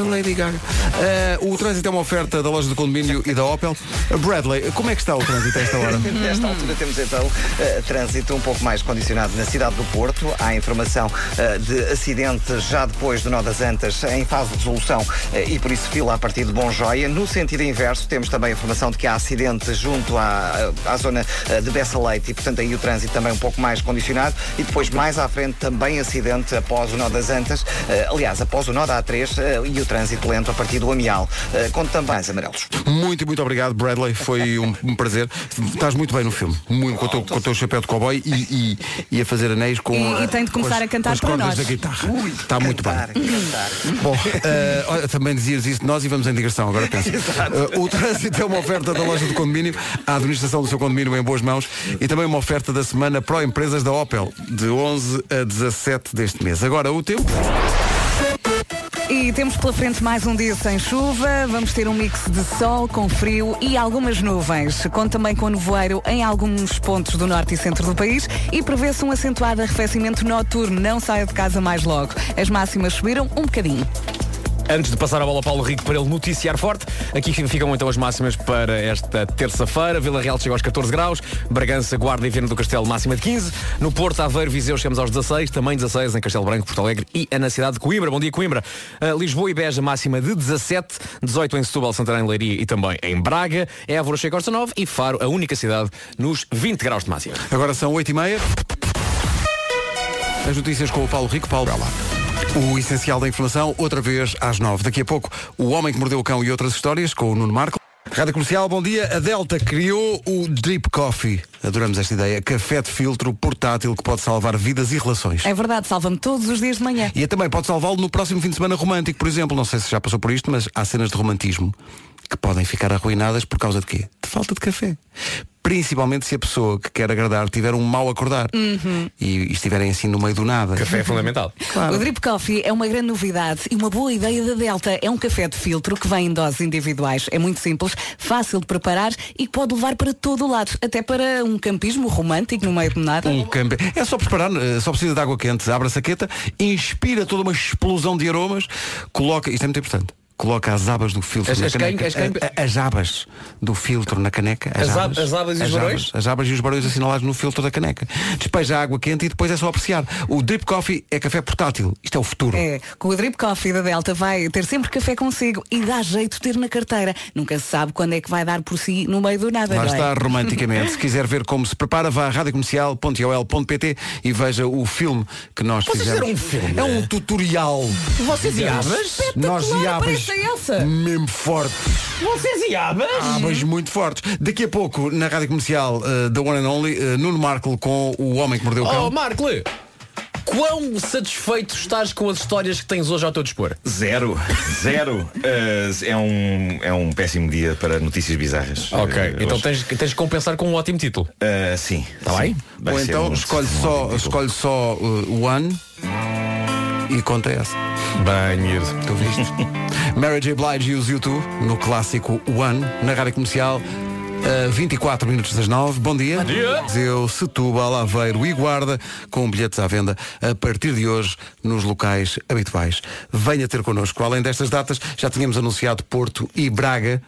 da Lady Gaga. Eh, o trânsito é uma oferta da loja do condomínio e da Opel. Bradley, como é que está o trânsito a esta hora? Nesta altura temos então eh, trânsito um pouco mais condicionado na cidade do Porto. Há informação eh, de acidente já depois do Nó das Antas em fase de resolução eh, e por isso fila a partir de Bom Joia. No sentido inverso, temos também a informação de que há acidente junto à, à zona eh, de Bessa Leite e, portanto, aí o trânsito também um pouco mais condicionado. E depois, mais à frente, também acidente após o Nó das Antas, eh, aliás, após o Nó da A3 eh, e o trânsito lento a partir do Amial, eh, com também os amarelos. Muito, muito obrigado, Bradley. Foi um, um prazer. Estás muito bem no filme. Muito, com, o teu, com o teu chapéu de cowboy e, e- e a fazer anéis com. E- e tem de com começar as- a cantar com as para cordas nós. da guitarra. Está muito bem. Bom, eh, olha, também dizias isso de nós e vamos em digressão, agora pensa. Eh, o trânsito é uma oferta da loja do condomínio, a administração do seu condomínio em boas mãos e também uma oferta da semana Pro Empresas da Opel, de 11 a 17 deste mês. Agora o tempo. E temos pela frente mais um dia sem chuva. Vamos ter um mix de sol com frio e algumas nuvens. Conta também com nevoeiro em alguns pontos do norte e centro do país e prevê-se um acentuado arrefecimento noturno. Não saia de casa mais logo. As máximas subiram um bocadinho. Antes de passar a bola ao Paulo Rico para ele noticiar forte, aqui ficam então as máximas para esta terça-feira. Vila Real chega aos 14 graus, Bragança, Guarda e Viana do Castelo máxima de 15. No Porto, Aveiro, Viseu chegamos aos 16, também 16 em Castelo Branco, Porto Alegre e na cidade de Coimbra. Bom dia, Coimbra. Ah, Lisboa e Beja máxima de 17, 18 em Setúbal, Santarém, Leiria e também em Braga. Évora chega aos 19 e Faro, a única cidade, nos 20 graus de máxima. Agora são 8h30. As notícias com o Paulo Rico. Paulo. O essencial da informação, outra vez às 9. Daqui a pouco, O Homem que Mordeu o Cão e outras histórias com o Nuno Marco. Rádio Comercial, bom dia. A Delta criou o Drip Coffee. Adoramos esta ideia. Café de filtro portátil que pode salvar vidas e relações. É verdade, salva-me todos os dias de manhã. E é também pode salvá-lo no próximo fim de semana romântico, por exemplo. Não sei se já passou por isto, mas há cenas de romantismo que podem ficar arruinadas por causa de quê? De falta de café. Principalmente se a pessoa que quer agradar tiver um mau acordar Uhum. e estiverem assim no meio do nada. Café é fundamental. O Drip Coffee é uma grande novidade e uma boa ideia da Delta. É um café de filtro que vem em doses individuais. É muito simples, fácil de preparar e que pode levar para todo o lado, até para um campismo romântico no meio de nada. Um campe- É só preparar, eh, só precisa de água quente, abre a saqueta, inspira toda uma explosão de aromas, coloca, isto é muito importante, coloca as abas do filtro As- na as quem- caneca. as quem- a- a- as abas do filtro na caneca. As ab- as abas e os as barões? Abas, as abas e os barões assinalados no filtro da caneca. Despeja a água quente e depois é só apreciar. O drip coffee é café portátil. Isto é o futuro. É, com o Drip Coffee da Delta vai ter sempre café consigo e dá jeito de ter na carteira. Nunca se sabe quando é que vai dar por si no meio do nada. Lá não é? está, romanticamente. Se quiser ver como se prepara, vá a radiocomercial.ol.pt e veja o filme que nós Vocês fizemos. fizeram um filme? É um tutorial. Vocês e Fizemos. abas? Nós e Espetacular, abas. parece a Elsa. Mesmo forte. Vocês e abas? Abas muito fortes. Daqui a pouco, na Rádio Comercial eh, da One and Only, eh, Nuno Marco com o Homem que Mordeu o Cão. Oh, Marco, quão satisfeito estás com as histórias que tens hoje ao teu dispor? Zero, zero. Uh, é, um, é um péssimo dia para notícias bizarras. Ok, Uh, então hoje. tens, tens de compensar com um ótimo título. Uh, sim. Está sim. bem? Vai Eh, Ou ser então um- escolhe, só, escolhe só eh, o ano e conta essa. Bem, miúdo. Tu viste? Mary J. Blige e os YouTube no clássico One, na rádio comercial. eh, a 24 minutos das 9, bom dia. Bom dia. Eu, Setúbal, Aveiro e Guarda, com bilhetes à venda a partir de hoje nos locais habituais. Venha ter connosco. Além destas datas, já tínhamos anunciado Porto e Braga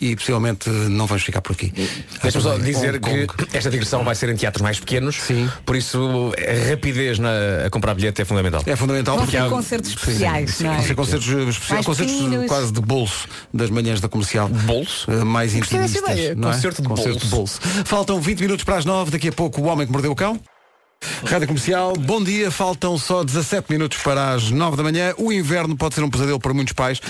e possivelmente não vamos ficar por aqui. Hum. Deixa-me só Hong dizer Kong. que esta digressão vai ser em teatros mais pequenos, Sim. por isso a rapidez na, a comprar bilhete é fundamental. É fundamental Vão porque ser há- concertos Sim, especiais, sim, não é? sim, concertos especiais, Mais concertos pequeninos. quase de bolso das manhãs da comercial. Bolso? mais Gostei dessa intimistas. ideia. não é? Concerto de bolso. Faltam 20 minutos para as 9, daqui a pouco o homem que mordeu o cão. Rádio Comercial, bom dia, faltam só 17 minutos para as 9 da manhã. O inverno pode ser um pesadelo para muitos pais,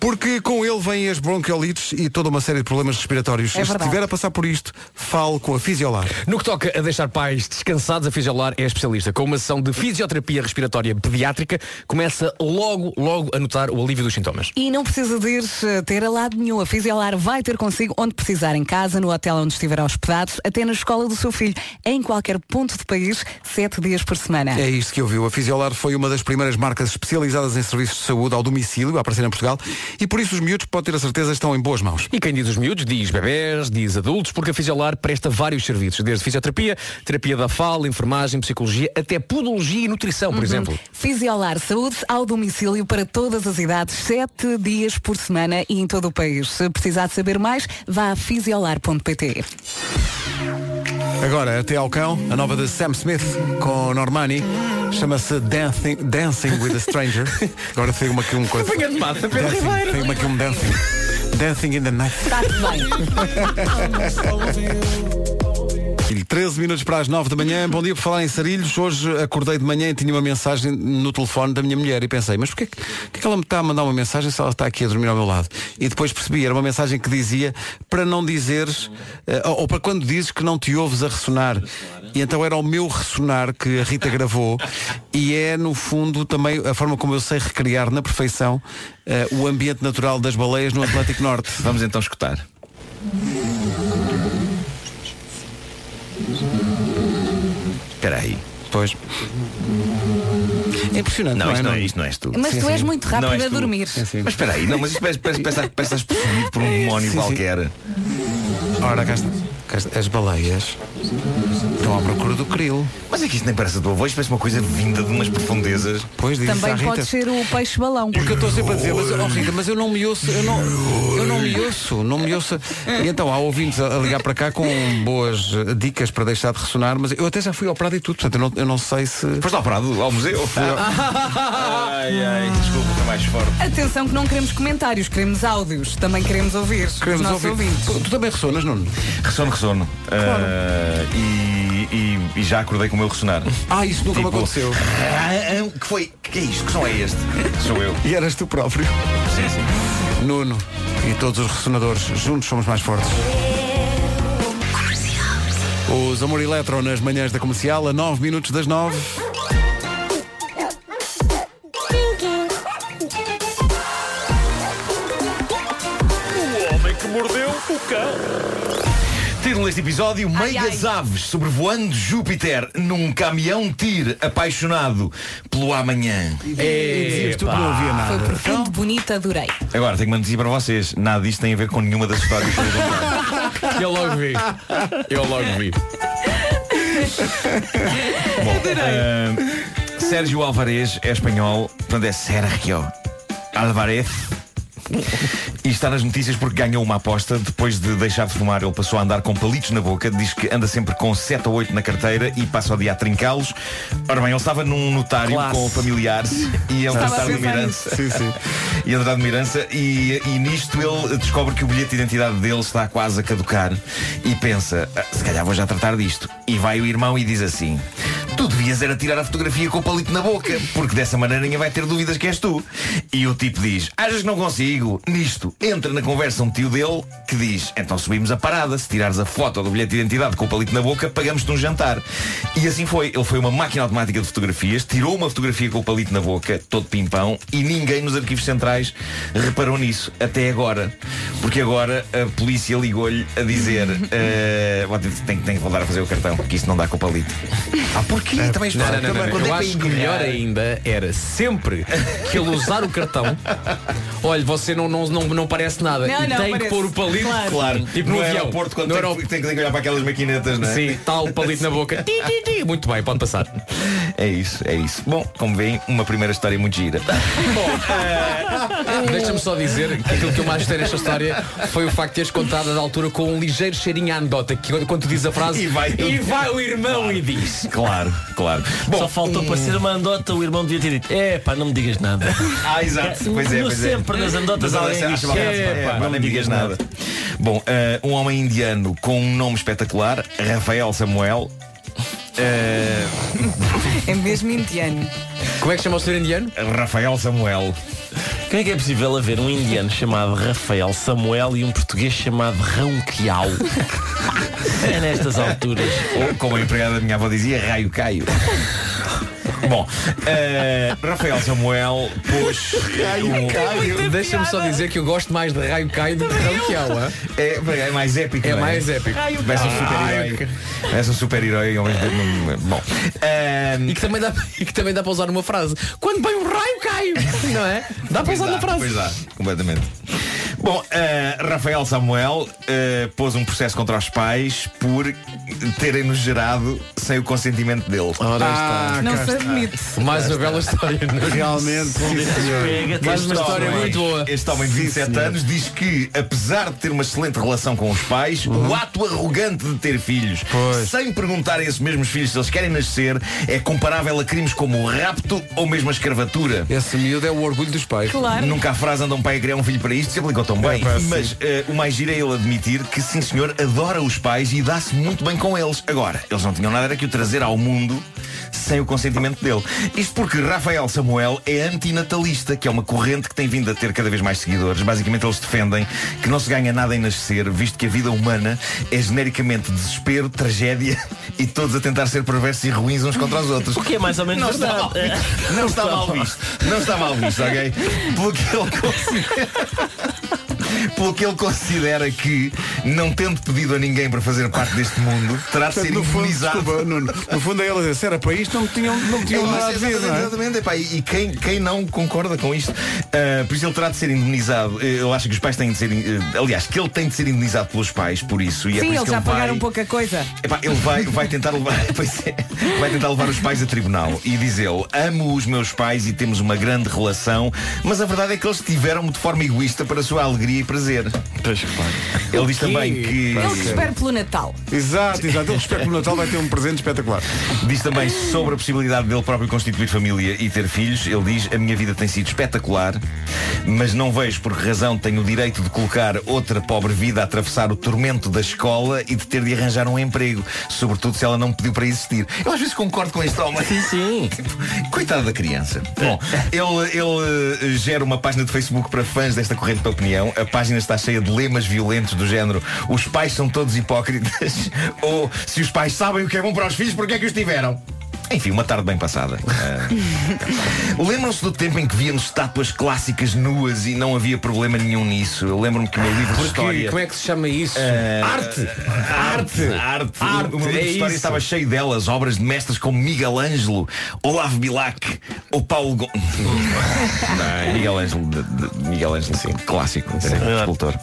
porque com ele vêm as bronquiolites e toda uma série de problemas respiratórios. É Se verdade. estiver a passar por isto, fale com a Fisiolar. No que toca a deixar pais descansados, a Fisiolar é especialista. Com uma sessão de fisioterapia respiratória pediátrica, começa logo, logo a notar o alívio dos sintomas. E não precisa de ir eh, ter a lado nenhum. A Fisiolar vai ter consigo onde precisar, em casa, no hotel onde estiver hospedado, até na escola do seu filho, em qualquer ponto do país, sete dias por semana. É isto que ouviu. A Fisiolar foi uma das primeiras marcas especializadas em serviços de saúde ao domicílio a aparecer em Portugal e por isso os miúdos, pode ter a certeza, estão em boas mãos. E quem diz os miúdos, diz bebés, diz adultos, porque a Fisiolar presta vários serviços, desde fisioterapia, terapia da fala, enfermagem, psicologia, até podologia e nutrição, Uhum. por exemplo. Fisiolar Saúde ao domicílio para todas as idades, sete dias por semana e em todo o país. Se precisar de saber mais, vá a fisiolar.pt. Agora, até ao cão, a nova de Sam Smith com Normani. Chama-se Dancing, Dancing with a Stranger. Agora tem uma aqui um coisa. Venha de massa, Pedro Dancing, Ribeiro. Tem uma aqui um dancing. Dancing in the night. Está bem. Filho, 13 minutos para as 9 da manhã, bom dia por falar em sarilhos. Hoje acordei de manhã e tinha uma mensagem no telefone da minha mulher e pensei, mas porquê que porquê que ela me está a mandar uma mensagem se ela está aqui a dormir ao meu lado? E depois percebi, era uma mensagem que dizia para não dizeres, eh, ou, ou para quando dizes que não te ouves a ressonar. E então era o meu ressonar que a Rita gravou e é no fundo também a forma como eu sei recriar na perfeição eh, o ambiente natural das baleias no Atlântico Norte. Vamos então escutar. Espera aí. Pois. É impressionante. Não, não é, isto não é, Nuno? isto não és tu. Mas tu és muito rápido Não és a tu. dormir. Mas espera aí, não, mas isto parece, parece, parece, parece que estás possuído por um demónio Sim, sim. qualquer. Ora, cá está. Cá está. As baleias Estão à procura do Kril. Mas é que isto nem parece a tua voz, parece uma coisa vinda de umas profundezas. Pois Também pode ser o peixe-balão. Porque eu estou sempre a dizer, mas, oh, Rita, mas eu não me ouço, eu não, eu não me ouço, não me ouço. E então há ouvintes a, a ligar para cá com boas eh, dicas para deixar de ressonar, mas eu até já fui operado e tudo, portanto eu não, eu não sei se. Foste operado ao museu? Ai, ai, desculpa, foi mais forte. Atenção que não queremos comentários, queremos áudios. Também queremos ouvir Queremos os nossos ouvir. ouvintes. Tu também ressonas, Nuno? Ressono, ressono. Ah, e, e- e já acordei com o meu ressonar. Ah, isso nunca me aconteceu. Tipo, Ah, ah, que foi? Que é isto? Que som é este? Sou eu. E eras tu próprio. Sim, sim. Nuno e todos os ressonadores, juntos somos mais fortes. Os Amor Eletro nas manhãs da comercial, a 9 minutos das 9. O homem que mordeu o cão. Título deste episódio, meigas aves sobrevoando Júpiter num caminhão tir apaixonado pelo amanhã. É, Epá. Foi profundo, bonito, adorei. Agora, tenho uma notícia para vocês. Nada disto tem a ver com nenhuma das histórias que eu vou contar. Eu logo vi. Eu logo vi. Bom, ah, Sérgio Alvarez é espanhol, portanto é Sergio Alvarez. E está nas notícias porque ganhou uma aposta Depois de deixar de fumar ele passou a andar com palitos na boca Diz que anda sempre com 7 ou 8 na carteira E passa o dia a trincá-los Ora bem, ele estava num notário Classe. com familiares E é um Estava a notário de pensar nisso. Mirança Sim, sim. E é um notário de Mirança e, e nisto ele descobre que o bilhete de identidade dele está quase a caducar E pensa, "Ah, se calhar vou já tratar disto E vai o irmão e diz assim Tu devias era tirar a fotografia com o palito na boca, porque dessa maneira ninguém vai ter dúvidas que és tu. E o tipo diz, achas que não consigo? Nisto, entra na conversa um tio dele que diz, então subimos a parada, se tirares a foto do bilhete de identidade com o palito na boca, pagamos-te um jantar. E assim foi, ele foi uma máquina automática de fotografias, tirou uma fotografia com o palito na boca, todo pimpão, e ninguém nos arquivos centrais reparou nisso, até agora. Porque agora a polícia ligou-lhe a dizer, eh, "Bom, tem, tem que voltar a fazer o cartão, porque isso não dá com o palito. Ah, porquê? Também não, espera, não, não, também, não. quando é Eu para acho que enganar? melhor ainda era sempre que ele usar o cartão. Olha, você não, não, não, não parece nada. Não, e não tem que parece. pôr o palito. Claro. Claro, Tipo no, no avião. é aeroporto, quando No tem, aeroporto. que, tem que olhar para aquelas maquinetas, não é? Sim, tal palito na boca. Ti, ti, ti. Muito bem, pode passar. É isso, é isso. Bom, como veem, uma primeira história muito gira. Deixa-me só dizer que aquilo que eu mais gostei nesta história foi o facto de teres contado da altura com um ligeiro cheirinho à anedota, que quando- quando tu dizes a frase E vai- o irmão e diz. Claro, claro. eh, Só faltou para ser uma andota, o irmão devia ter dito, é pá, não me digas nada. Ah, exato. Pois é, Eu pois sempre é. nas andotas Mas alguém acha- diz, acha bacana, "É, pá, pá, não me digas nada. Bom, eh, um homem indiano com um nome espetacular, Rafael Samuel. eh, É mesmo indiano. Como é que chama o senhor indiano? Rafael Samuel. Como é que é possível haver um indiano chamado Rafael Samuel e um português chamado Ronquial? é nestas alturas. Ou, como a empregada da minha avó dizia, raio caio. Bom, eh, Rafael Samuel pôs um- Deixa-me só dizer que eu gosto mais de Raio Caio do que de Ranquiaua. É, é mais épico. É não mais épico. Raio Parece um Caio. super-herói. Parece um super-herói ao mesmo tempo. Bom. Ehm, E, que também dá, e que também dá para usar numa frase. Quando bem o raio cai! Não é? Dá para Pois usar dá, na frase. Pois dá, completamente. Bom, eh, Rafael Samuel eh, pôs um processo contra os pais por terem-nos gerado sem o consentimento dele. Ora Ah, está. Ah, Não se admite. Mais uma bela história. não é? Realmente, Sim, senhor. Mais uma história muito boa. é? Este homem de 27 anos diz que, apesar de ter uma excelente relação com os pais, o ato arrogante de ter filhos, sem perguntar a esses mesmos filhos se eles querem nascer, é comparável a crimes como o rapto ou mesmo a escravatura. Esse miúdo é o orgulho dos pais. Claro. Nunca há frase andam pai a criar um filho para isto, se aplicou tão bem. É, pá, sim. Mas eh, o mais giro é ele admitir que sim senhor adora os pais e dá-se muito bem com eles. Agora, eles não tinham nada era que o trazer ao mundo sem o consentimento dele. Isto porque Rafael Samuel é antinatalista, que é uma corrente que tem vindo a ter cada vez mais seguidores. Basicamente eles defendem que não se ganha nada em nascer, visto que a vida humana é genericamente desespero, tragédia e todos a tentar ser perversos e ruins uns contra os outros. O que é mais ou menos não verdade. Está mal visto. Não está mal visto. Não está mal visto, ok? Pelo que ele considera. pelo que ele considera que, não tendo pedido a ninguém para fazer parte deste mundo, terá de Portanto, ser no fundo, imunizado. desculpa, Nuno, no fundo é ele a dizer, se era para isto, não tinham, não tinham É, nada a isso, ver, não exatamente, é? exatamente, epá, e e quem, quem não concorda com isto, ah, por isso ele terá de ser indemnizado. Ele acha que os pais têm de ser. in- eh, aliás, que ele tem de ser indemnizado pelos pais por isso. E é por Sim, isso eles que já ele vai- pagaram pouca coisa. Epá, É ele vai, vai tentar levar pois é, vai tentar levar os pais a tribunal e diz ele, amo os meus pais e temos uma grande relação, mas a verdade é que eles tiveram-me de forma egoísta para a sua alegria e prazer. Ele diz também que. Ele que espera pelo Natal. Exato, exato. Ele espera que no Natal vai ter um presente espetacular. Diz também sobre a possibilidade dele próprio constituir família e ter filhos. Ele diz, a minha vida tem sido espetacular, mas não vejo por que razão tenho o direito de colocar outra pobre vida a atravessar o tormento da escola e de ter de arranjar um emprego, sobretudo se ela não pediu para existir. Eu às vezes concordo com este homem. Sim, sim. Coitado da criança. Bom, ele, ele eh, gera uma página de Facebook para fãs desta corrente de opinião. A página está cheia de lemas violentos do género os pais são todos hipócritas ou se os pais sabem o que é bom para os filhos, porque é que os tiveram? Enfim, uma tarde bem passada. Ah. Lembram-se do tempo em que víamos estátuas clássicas nuas e não havia problema nenhum nisso? Eu lembro-me que o meu livro de Porque, história... como é que se chama isso? Eh, Arte! Arte! Arte! Arte, O meu livro é de história isso. estava cheio delas, obras de mestres como Miguel Ângelo, Olavo Bilac ou Paulo Gon... Não, Miguel Ângelo, de- de- Miguel Ângelo, sim, clássico, né, escultor.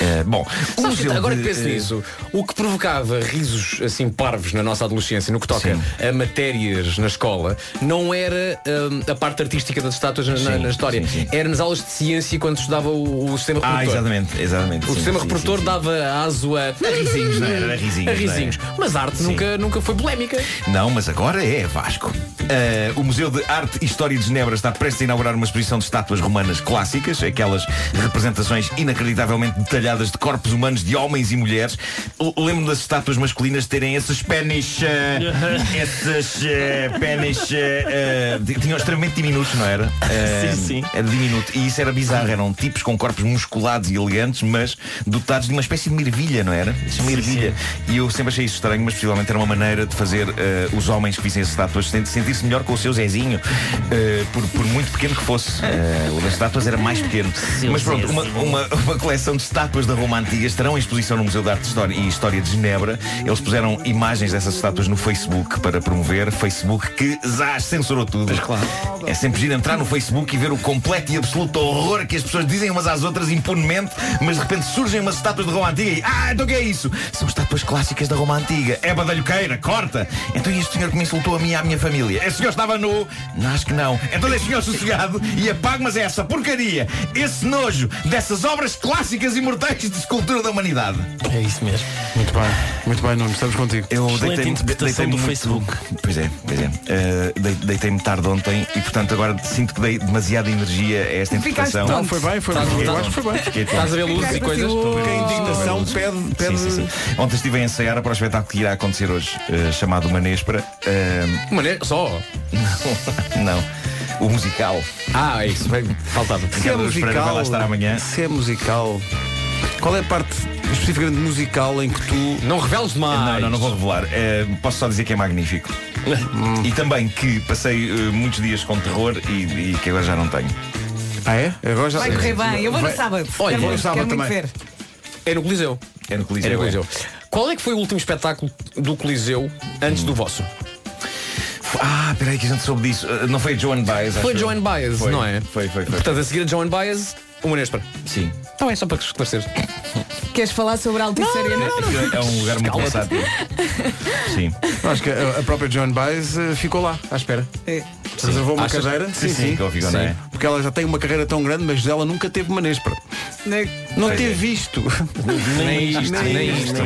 Eh, bom, o Sabes que, museu agora de, que penso eh, nisso, o que provocava risos assim parvos na nossa adolescência, no que toca a matérias na escola, não era hum, a parte artística das estátuas na, na- na história. Era nas aulas de ciência quando estudava o, o sistema Ah, reprodutor. exatamente, exatamente. O sim, sistema sim, reprodutor dava aso a... A risinhos, não é? era? A risinhos, A risinhos. não era? Mas a arte Sim. nunca, nunca foi polémica. Não, mas agora é Vasco. Ah, o Museu de Arte e História de Genebra está prestes a inaugurar uma exposição de estátuas romanas clássicas, aquelas representações inacreditavelmente detalhadas de corpos humanos de homens e mulheres. L- Lembro-me das estátuas masculinas terem esses pênis. ah, esses ah, pênis. ah, ah, di- tinham extremamente diminutos, não era? Ah, Sim, sim. Era diminuto. E isso era bizarro. Eram tipos com corpos musculados e elegantes, mas dotados de uma espécie de mirvilha, não era? Isso é uma mirvilha. E eu sempre achei isso estranho, mas possivelmente era uma maneira de fazer eh, os homens que vissem as estátuas sent- sentir-se melhor com o seu Zezinho, eh, por, por muito pequeno que fosse. Eh, o das estátuas era mais pequeno. Seu mas pronto, uma, Zezinho. uma- uma coleção de estátuas da Roma Antiga estarão em exposição no Museu de Arte e História- e História de Genebra. Eles puseram imagens dessas estátuas no Facebook para promover. Facebook que zás censurou tudo. É sempre giro entrar no Facebook e ver o completo e absoluto horror que as pessoas dizem umas às outras impunemente, mas de repente surgem umas estátuas de Roma Antiga e ah, então o que é isso? São estátuas clássicas da Roma Antiga. É badalhoqueira, corta. Então e este senhor que me insultou a mim e à minha família? Esse senhor estava nu? Não, acho que não. Então deixe o senhor sossegado e apague-mas essa porcaria, esse nojo dessas obras clássicas imortais de escultura da humanidade. É isso mesmo. Muito bem, muito bem, Nuno, estamos contigo. Eu Excelente deitei-me- interpretação deitei-me do muito- Facebook. Pois é, pois é. Uh, dei- Deitei-me tarde ontem e, portanto, agora sinto que dei demasiada energia a esta Ficaste interpretação. tonto. Não, foi bem, foi bem. Fiquei Eu tonto. acho que foi bem. Fiquei tonto. Estás a ver luzes e Ficaste coisas? assim, Porque a indignação Estou a ver luzes. pede- Sim, sim, sim. Ontem estive a ensaiar para o espetáculo que irá acontecer hoje, uh, chamado Manespra. Uh, Só? Não, não. O musical. Ah, é isso. Bem, faltava. Se é musical, lá estar amanhã. Se é musical. Qual é a parte especificamente musical em que tu. Não reveles Não, demais. não, não vou revelar. Eh, posso só dizer que é magnífico. Hum. e também que passei eh, muitos dias com terror e, e que agora já não tenho. Ah, é? Agora Vai correr bem. Eu vou no Vai- sábado. Olha, Quero vou no muito- sábado quero muito também. ver. É no Coliseu. É no Coliseu. Era é. Coliseu. Qual é que foi o último espetáculo do Coliseu antes do vosso? Hum. Ah, peraí que a gente soube disso. Eh, não foi Joan Baez? Foi acho eu. Joan Baez, Foi, não é? Foi, foi, foi. Portanto, a seguir a Joan Baez, o Manespra. Sim. Então é só para esclarecer. Queres falar sobre a Altice Arena? Aquilo É um lugar muito Calma-te. versátil. Sim. Eu Acho que a, a própria Joan Baez eh, ficou lá, à espera. É. Reservou uma Achas? cadeira? Sim, sim, que ela ficou, não é? Porque ela já tem uma carreira tão grande, mas ela nunca teve manespra. Não Pois é. teve isto. Nem isto, nem isto.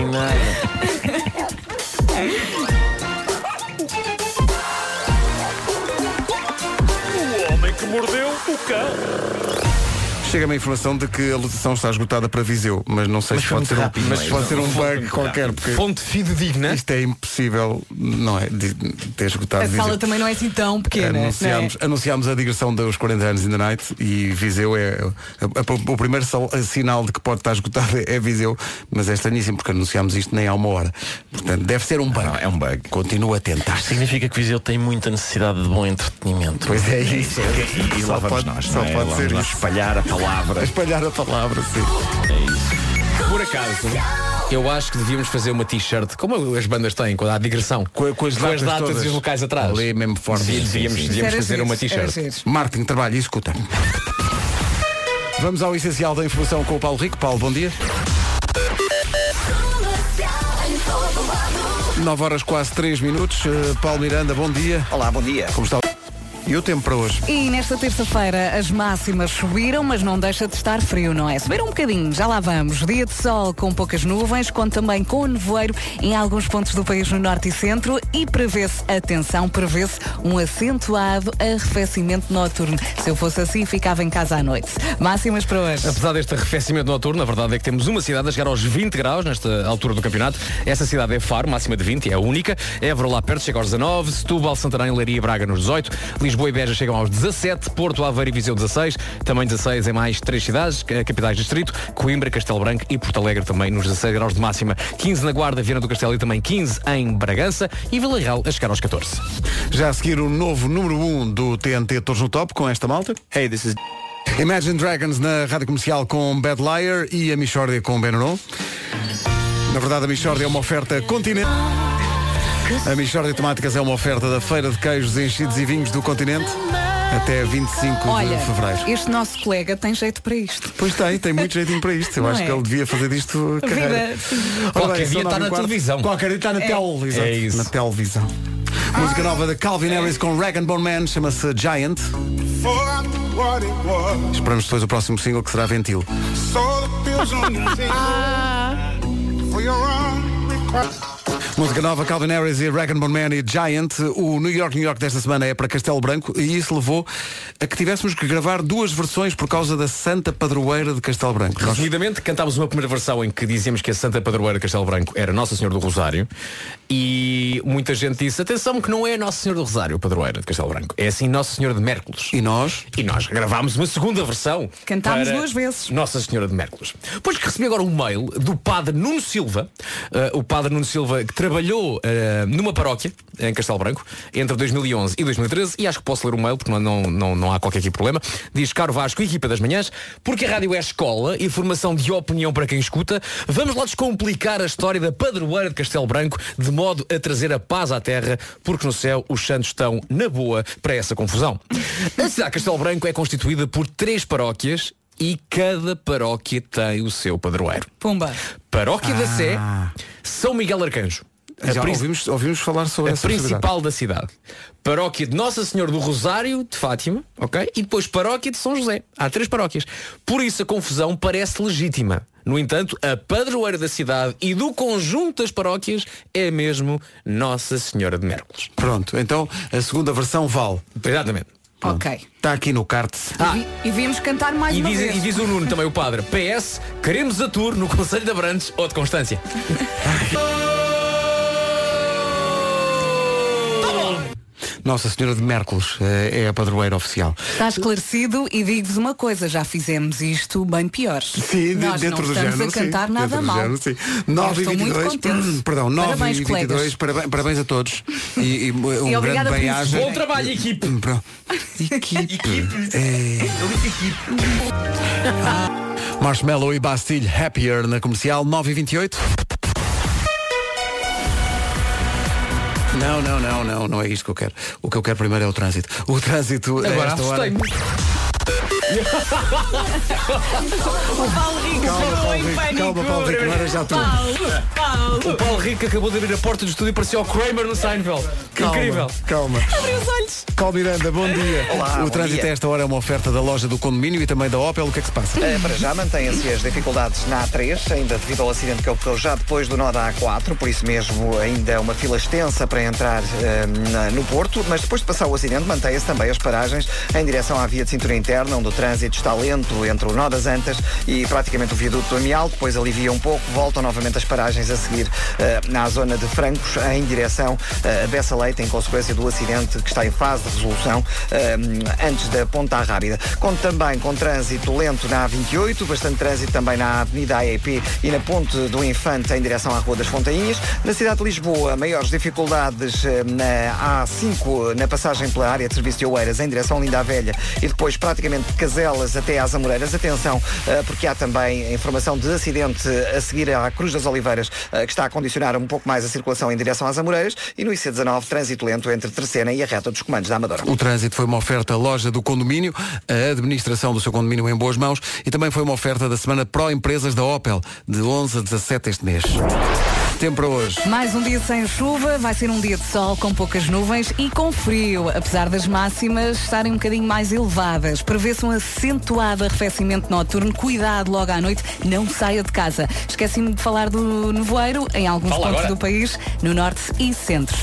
O homem que mordeu o cão. Chega-me a informação de que a lotação está esgotada para Viseu, mas não sei Mas se pode foi muito ser, um- rápido, mas não é? pode Não, ser um foi bug muito qualquer. rápido. Porque Fonte fidedigna. Isto é impossível, não é? De, de ter esgotado A Viseu. sala também não é assim tão pequena. não é? Anunciámos, anunciámos a digressão dos 40 anos in the night e Viseu é. a- a- o primeiro sal- sinal de que pode estar esgotado é Viseu, mas é estranhíssimo porque anunciámos isto nem há uma hora. Portanto, deve ser um bug. é um bug. Continua a tentar. Significa que Viseu tem muita necessidade de bom entretenimento. Pois é isso. E, e lá vamos nós. só não é? pode ser Lá vamos nós isso. espalhar a palavra. É A espalhar a palavra, sim. Por acaso, eu acho que devíamos fazer uma t-shirt, como as bandas têm, quando há digressão. Com, com as datas todas. e os locais atrás. Ali mesmo forte. Sim, devíamos, devíamos fazer uma t-shirt. Martin, trabalha e escuta. Vamos ao essencial da informação com o Paulo Rico. Paulo, bom dia. 9 horas quase 3 minutos. Eh, Paulo Miranda, bom dia. Olá, bom dia. Como está? E o tempo para hoje? E nesta terça-feira as máximas subiram, mas não deixa de estar frio, não é? Subiram um bocadinho, já lá vamos. Dia de sol com poucas nuvens, conto também com nevoeiro em alguns pontos do país no norte e centro e prevê-se, atenção, prevê-se um acentuado arrefecimento noturno. Se eu fosse assim, ficava em casa à noite. Máximas para hoje. Apesar deste arrefecimento noturno, a verdade é que temos uma cidade a chegar aos 20 graus nesta altura do campeonato. Essa cidade é Faro, máxima de 20, é a única. Évora lá perto chega aos 19, Setúbal, Santarém, Leiria e Braga nos 18, Lisboa e Beja chegam aos 17, Porto, Aveiro e Viseu 16, também 16 em mais três cidades, eh, capitais de distrito, Coimbra, Castelo Branco e Porto Alegre também nos 16 graus de máxima. 15 na Guarda, Viana do Castelo e também 15 em Bragança e Vila Real a chegar aos 14. Já a seguir o novo número 1 um do TNT Tours no Top com esta malta. Hey, this is... Imagine Dragons na rádio comercial com Bad Liar e a Michórdia com Benaron. Na verdade, a Michórdia é uma oferta continental. A Michórdia Temáticas é uma oferta da Feira de Queijos, Enchidos e Vinhos do Continente até 25 Olha, de Fevereiro. este nosso colega tem jeito para isto. Pois tem, tem muito jeitinho para isto. Eu Não acho é? que ele devia fazer disto Vida, carreira. sim. Ora Qualquer bem, são dia está nove e na quarto. televisão. Qualquer dia está na É. tele. exato. É isso. Na televisão. Música nova da Calvin Harris com Rag and Bone Man chama-se Giant. Esperamos depois o próximo single que será Ventil. Música nova, Calvin Harris e Rag and Bone Man e Giant. O New York, New York desta semana é para Castelo Branco e isso levou a que tivéssemos que gravar duas versões por causa da Santa Padroeira de Castelo Branco. Nós- Resumidamente, cantámos uma primeira versão em que dizíamos que a Santa Padroeira de Castelo Branco era Nossa Senhora do Rosário e muita gente disse, atenção que não é Nossa Senhora do Rosário, Padroeira de Castelo Branco, é assim Nossa Senhora de Mércules. E nós? E nós gravámos uma segunda versão. Cantámos para duas vezes. Nossa Senhora de Mércules. Pois que recebi agora um mail do padre Nuno Silva, eh, o padre Nuno Silva que trabalhou eh, numa paróquia em Castelo Branco entre 2011 e 2013 e acho que posso ler o mail porque não, não, não, não há qualquer tipo de problema. Diz, caro Vasco, equipa das manhãs, porque a rádio é escola e formação de opinião para quem escuta, vamos lá descomplicar a história da padroeira de Castelo Branco de modo a trazer a paz à terra porque no céu os santos estão na boa para essa confusão. A cidade de Castelo Branco é constituída por três paróquias e cada paróquia tem o seu padroeiro. Pumba. Paróquia da Sé, São Miguel Arcanjo. A Ah. Já prin- ouvimos, ouvimos falar sobre a essa principal da cidade. Paróquia de Nossa Senhora do Rosário de Fátima, ok? E depois paróquia de São José. Há três paróquias. Por isso a confusão parece legítima. No entanto, a padroeira da cidade e do conjunto das paróquias é mesmo Nossa Senhora de Mércules. Pronto, então a segunda versão vale. Exatamente. Ok. Está aqui no cart. Ah. E, vi- e vimos cantar mais E uma diz, vez. e diz o Nuno também, o padre, PS, queremos a tour no Conselho de Abrantes ou de Constância. Nossa Senhora de Mércules eh, é a padroeira oficial. Está esclarecido e digo-vos uma coisa, já fizemos isto bem pior. Sim, de- Nós dentro não do estamos género. a cantar sim. nada dentro do mal. género, sim. Eu 9 e estou muito 22, contente. perdão, 9 Parabéns, e 22, colegas. parabéns, parabéns a todos. E, e um E grande obrigada por isso. bem-aja. Bom trabalho, equipe. Equipe. É... Marshmallow e Bastille Happier na comercial 9 e 28. Não, não, não, não, não é isto que eu quero. O que eu quero primeiro é o trânsito. O trânsito é Agora esta hora. assustei-me. o Paulo Rico ficou em pânico. calma, Paulo Rico, agora já estou. Paulo, Paulo. O Paulo Rico acabou de abrir a porta do estúdio e parecia o Kramer no Seinfeld. Que Calma, Incrível. Calma. Abriu os olhos. Paulo Miranda, bom dia. Olá, o bom trânsito dia. a esta hora é uma oferta da loja do condomínio e também da Opel. O que é que se passa? Eh, para já mantêm-se as dificuldades na A3, ainda devido ao acidente que ocorreu já depois do nó da A4, por isso mesmo ainda é uma fila extensa para entrar eh, na- no Porto, mas depois de passar o acidente mantêm-se também as paragens em direção à via de cintura interna, onde o trânsito está lento entre o nó das Antas e praticamente o viaduto do Amial, depois alivia um pouco, voltam novamente as paragens a seguir eh, na zona de Francos em direção eh, a Bessa Leite, em consequência do acidente que está em fase de resolução eh, antes da Ponta à Rábida. Conto também com trânsito lento na A28, bastante trânsito também na Avenida AEP e na Ponte do Infante em direção à Rua das Fontainhas. Na cidade de Lisboa, maiores dificuldades eh, na A5, na passagem pela área de serviço de Oeiras em direção a Linda a Velha e depois praticamente basicamente de Caselas até às Amoreiras. Atenção, eh, porque há também informação de acidente a seguir à Cruz das Oliveiras, eh, que está a condicionar um pouco mais a circulação em direção às Amoreiras. E no IC19, trânsito lento entre Terceira e a reta dos comandos da Amadora. O trânsito foi uma oferta loja do condomínio, a administração do seu condomínio é em boas mãos e também foi uma oferta da semana Pro Empresas da Opel, de 11 a 17 este mês. Tempo para hoje. Mais um dia sem chuva, vai ser um dia de sol com poucas nuvens e com frio, apesar das máximas estarem um bocadinho mais elevadas. Prevê-se um acentuado arrefecimento noturno. Cuidado logo à noite, não saia de casa. Esqueci-me de falar do nevoeiro em alguns Fala pontos agora. do país, no norte e centro.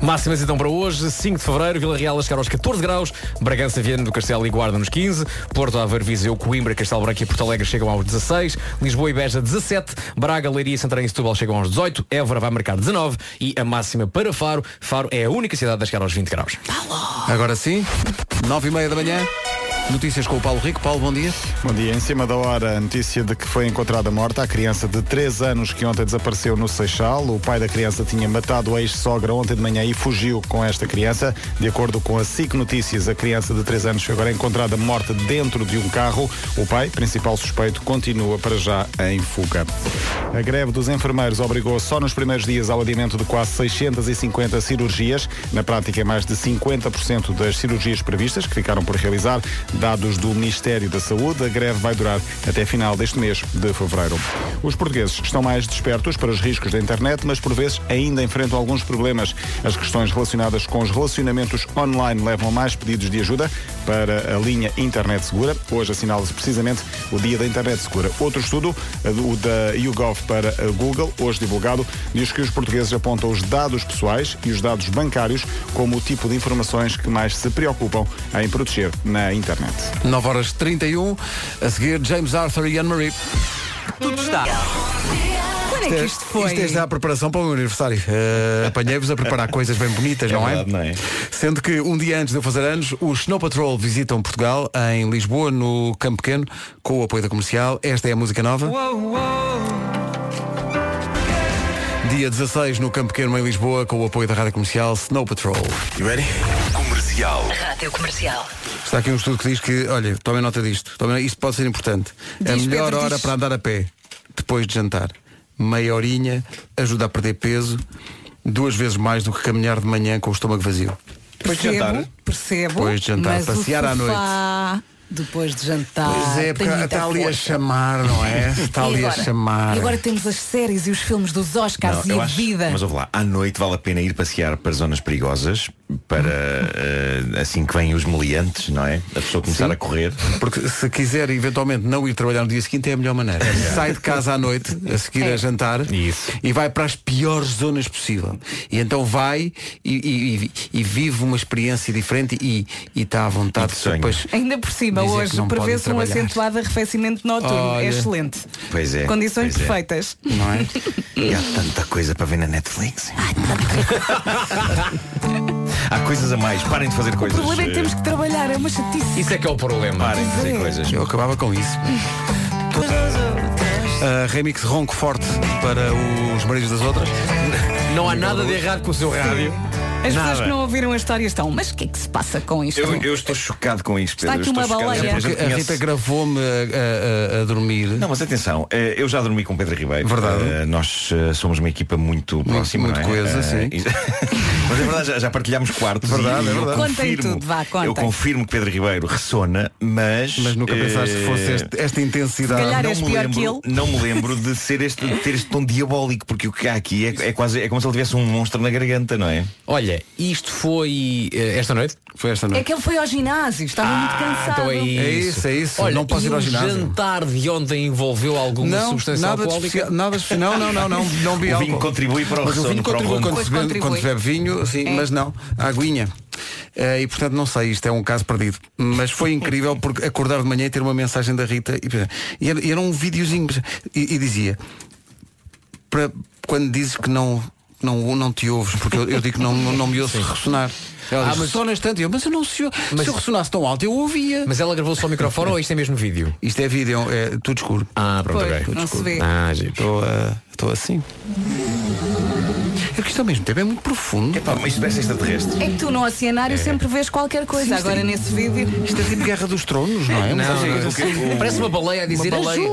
Máximas então para hoje, 5 de Fevereiro, Vila Real a chegar aos 14 graus, Bragança, Viana do Castelo e Guarda nos 15, Porto Aveiro, Viseu, Coimbra, Castelo Branco e Porto Alegre chegam aos 16, Lisboa e Beja 17, Braga, Leiria, Santarém e Setúbal chegam aos 18, Évora vai marcar 19 e a máxima para Faro, Faro é a única cidade a chegar aos 20 graus. Agora sim, 9 e meia da manhã, notícias com o Paulo Rico. Paulo, bom dia. Bom dia. Em cima da hora, a notícia de que foi encontrada morta a criança de 3 anos que ontem desapareceu no Seixal. O pai da criança tinha matado a ex-sogra ontem de manhã e fugiu com esta criança. De acordo com a SIC Notícias, a criança de 3 anos foi agora encontrada morta dentro de um carro. O pai, principal suspeito, continua para já em fuga. A greve dos enfermeiros obrigou só nos primeiros dias ao adiamento de quase 650 cirurgias. Na prática, é mais de 50% das cirurgias previstas que ficaram por realizar, dados do Ministério da Saúde. A greve vai durar até final deste mês de fevereiro. Os portugueses estão mais despertos para os riscos da internet, mas por vezes ainda enfrentam alguns problemas. As questões relacionadas com os relacionamentos online levam a mais pedidos de ajuda para a linha Internet Segura. Hoje assinala-se precisamente o Dia da Internet Segura. Outro estudo, o da YouGov para a Google, hoje divulgado, diz que os portugueses apontam os dados pessoais e os dados bancários como o tipo de informações que mais se preocupam em proteger na internet. 9 horas 31, a seguir James Arthur e Anne-Marie. Tudo está. Quando é que isto foi? Isto é já a preparação para o meu aniversário. Eh, Apanhei-vos a preparar coisas bem bonitas, não, é? Sendo que um dia antes de eu fazer anos, os Snow Patrol visitam Portugal, em Lisboa, no Campo Pequeno, com o apoio da comercial. Esta é a música nova. Dia 16 no Campo Pequeno, em Lisboa, com o apoio da rádio comercial Snow Patrol. You ready? Comercial. Rádio Comercial. Está aqui um estudo que diz que, olha, tomem nota disto, tomem nota, isto pode ser importante. Diz, a melhor Pedro, hora diz. para andar a pé, depois de jantar. Meia horinha, ajuda a perder peso, duas vezes mais do que caminhar de manhã com o estômago vazio. Depois de jantar, Percebo, hein? percebo. Depois de jantar, mas o passear à sofá, Depois de jantar. Pois é, porque tem muita está ali a força. chamar, não é? Está E ali a agora? chamar. E agora temos as séries e os filmes dos Oscars Não, e eu a acho- vida. Mas ouve lá, à noite vale a pena ir passear para zonas perigosas, para eh, assim que vêm os meliantes, não é? A pessoa começar a correr. Porque se quiser eventualmente não ir trabalhar no dia seguinte é a melhor maneira. Sai de casa à noite, a seguir a jantar, e vai para as piores zonas possível. E então vai e, e- e- e vive uma experiência diferente e e está à vontade de depois. Ainda por cima, Dizer que hoje não prevê-se um podem trabalhar. acentuado arrefecimento noturno. Olha. É excelente. Pois é. Condições pois é. perfeitas. Não é? E há tanta coisa para ver na Netflix. há coisas a mais. Parem de fazer O coisas. problema é que temos que trabalhar, é uma chatice. Isso é que é o problema. Parem de fazer coisas. Eu acabava com isso. Ah, remix ronco forte para os maridos das outras. Não há nada de errado com o seu rádio. As pessoas Nada. que não ouviram a história estão, mas o que é que se passa com isto? Eu, eu estou chocado com isto, Está Pedro. aqui Estou uma chocado. baleia. A gente Porque a conhece- Rita gravou-me a, a- a dormir. Não, mas atenção, eh, eu já dormi com o Pedro Ribeiro. Verdade. Eh, Nós eh, somos uma equipa muito próxima. muito não é? coesa, Eh, sim. e- mas é verdade, já, já partilhámos quartos. Verdade, e é eu verdade. Contem confirmo- tudo, vá, Eu contem. confirmo que Pedro Ribeiro ressona, mas. Mas nunca eh, pensaste que fosse este- esta intensidade. Se calhar és pior lembro, que ele. não me lembro de, ser este, de ter este tom diabólico, porque o que há aqui é, é quase é como se ele tivesse um monstro na garganta, não é? Olha, isto foi eh, esta noite? Foi esta É que ele foi ao ginásio, estava Ah, muito cansado. Então é isso. Olha, e o jantar de ontem envolveu alguma Não, substância nada de alcoólica? especial- nada de espe- não, não, não, não, não vi O vinho álcool. contribui para o Mas o ressono, vinho para o contribui quando ronco. se, bebe, Pois quando se bebe vinho, sim, É. mas não, aguinha. Eh, e portanto não sei, isto é um caso perdido. Mas foi incrível porque acordar de manhã e ter uma mensagem da Rita e, pensar- e era, e era um videozinho mas- e, e dizia para quando dizes que não não, não te ouves, porque eu, eu digo que não, não, não me ouço ressonar. Ela Ah, diz, mas- só na estante, eu, mas eu não se, eu- Mas- se eu ressonasse tão alto, eu ouvia. Mas ela gravou só o microfone ou isto é mesmo vídeo? Isto é vídeo, é tudo escuro. Ah, pronto, pronto, Ah, Pois, ok. ok. não se vê. Ah, giro. Estou assim. Porque isto ao mesmo tempo é muito profundo. Epá, mas isto parece extraterrestre. É que tu no oceanário É. sempre vês qualquer coisa. Sim, Agora sim. nesse vídeo. Isto é tipo Guerra dos Tronos, não é? Mas acho que- Parece uma baleia a dizer O que eu-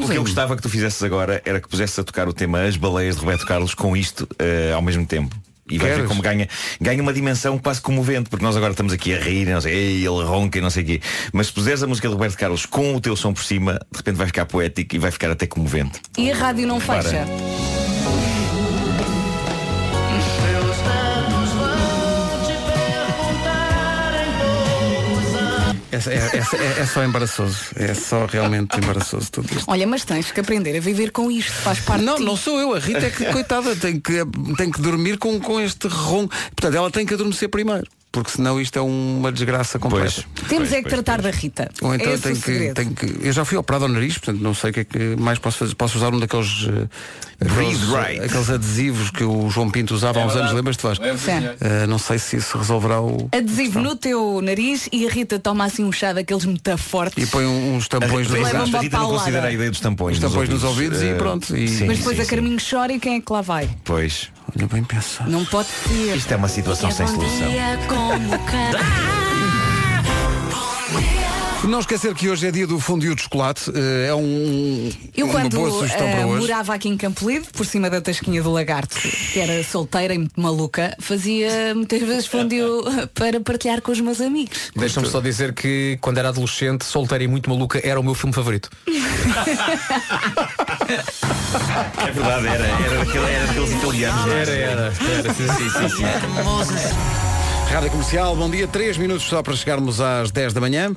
O que eu gostava que tu fizesses agora era que pusesses a tocar o tema As Baleias de Roberto Carlos com isto eh, ao mesmo tempo. E vais ver Queres? como ganha, ganha uma dimensão quase comovente, porque nós agora estamos aqui a rir, e não sei, "Ei, ele ronca e não sei o quê. Mas se puseres a música de Roberto Carlos com o teu som por cima, de repente vai ficar poético e vai ficar até comovente. E a rádio não Para. fecha. É, é- é- é só embaraçoso. É só realmente embaraçoso tudo isto. Olha, mas tens que aprender a viver com isto. Faz parte. Não, de ti. não sou eu, a Rita é que, coitada, tem que, tem que dormir com, com este ronco. Portanto, ela tem que adormecer primeiro, porque senão isto é uma desgraça completa. Temos é que tratar da Rita. Ou então é eu esse tenho o que, segredo. tenho que- Eu já fui operado ao nariz, portanto não sei o que é que mais posso fazer. Posso usar um daqueles. eh, aqueles, eh, Breathe right. aqueles adesivos que o João Pinto usava É há uns anos, verdade. lembras-te Vasco? Lembro, sim, senhor. Eh, não sei se isso resolverá o. Adesivo no teu nariz e a Rita toma assim um chá daqueles muito fortes. E põe um- uns tampões nos Leva uma ouvidos. A Rita não paulada. considera a ideia dos tampões. Os nos tampões nos ouvidos. ouvidos, Eh, e pronto. E... sim, mas depois sim, a Carminho chora e quem é que lá vai? Pois. Olha bem pensado. Não pode ser. Isto é uma situação sem solução. Não esquecer que hoje é dia do fundiu de chocolate. eh, É um, Eu uma quando boa sugestão eh, para hoje. morava aqui em Campolide, por cima da Tasquinha do Lagarto, que era solteira e muito maluca, fazia muitas vezes fundiu para partilhar com os meus amigos. Deixa-me só dizer que quando era adolescente, solteira e muito maluca, era o meu filme favorito. É verdade, era, era, daquele- era daqueles italianos. é? Era, era, era, sim, sim, sim, Rádio Comercial, bom dia. Três minutos só para chegarmos às 10 da manhã.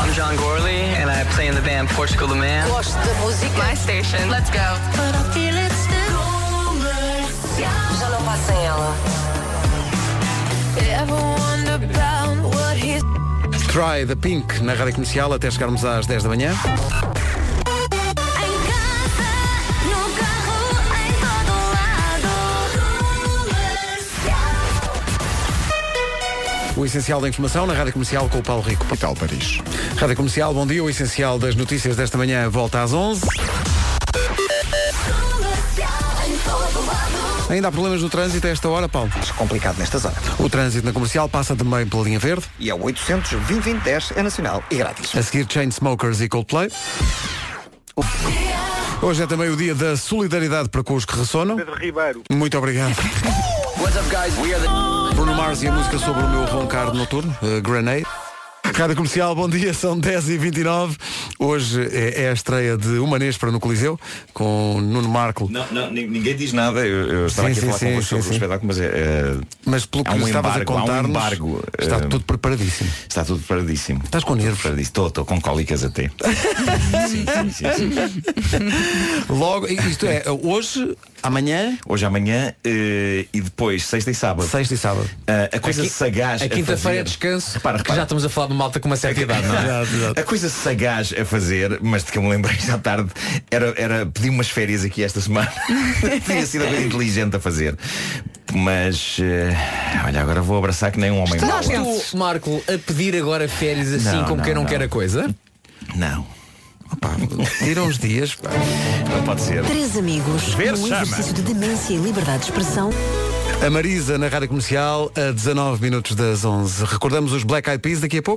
I'm John Gorley and I play in the band Portugal the Man. Gosto da música. My station. Let's go. Já não passa ela. Try the Pink na Rádio Comercial até chegarmos às 10 da manhã. O essencial da informação na Rádio Comercial com o Paulo Rico. Capital Paris. Rádio Comercial, bom dia. O essencial das notícias desta manhã volta às 11. Ainda há problemas no trânsito a esta hora, Paulo? Complicado nesta zona. O trânsito na comercial passa também pela linha verde. E é o 800 20 10 é nacional e grátis. A seguir, Chainsmokers e Coldplay. Hoje é também o dia da solidariedade para com os que ressonam. Pedro Ribeiro. Muito obrigado. What's up, guys? We are the. Bruno Mars e a música sobre o meu roncar noturno, eh, Grenade. Rádio Comercial, bom dia, são 10h29. Hoje é, é a estreia de Uma Nespra no Coliseu, com Nuno Marco. Não, não, nin- ninguém diz nada. Eu, eu estava Sim, aqui sim, a falar sim, com vocês sim, sobre sim. o espetáculo, mas é. é, Mas pelo que há um estavas a embargo, há um contar-nos, embargo, está eh, tudo preparadíssimo. Está tudo paradíssimo. Estás com nervos? Estou, estou com cólicas até. sim, sim, sim, Logo, isto é, hoje, amanhã. Hoje, amanhã eh, e depois, sexta e sábado. Sexta e sábado. Ah, a coisa Aqui- sagaz. A quinta-feira é fazer- descanso, Repara, porque já repara. estamos a falar de malta com uma certa idade, não é? A coisa sagaz a fazer, mas de que eu me lembrei já tarde, era, era pedir umas férias aqui esta semana. Tinha sido a coisa inteligente a fazer. Mas eh, olha, agora vou abraçar que nem um homem. Estás mau. tu, Marco, a pedir agora férias assim Não, como não, quem não, não. quer a coisa? Não. Tiram os dias. pá. Não pode ser. Três amigos, Ver um chama. exercício de demência e liberdade de expressão. A Marisa na Rádio Comercial, a 19 minutos das 11. Recordamos os Black Eyed Peas daqui a pouco.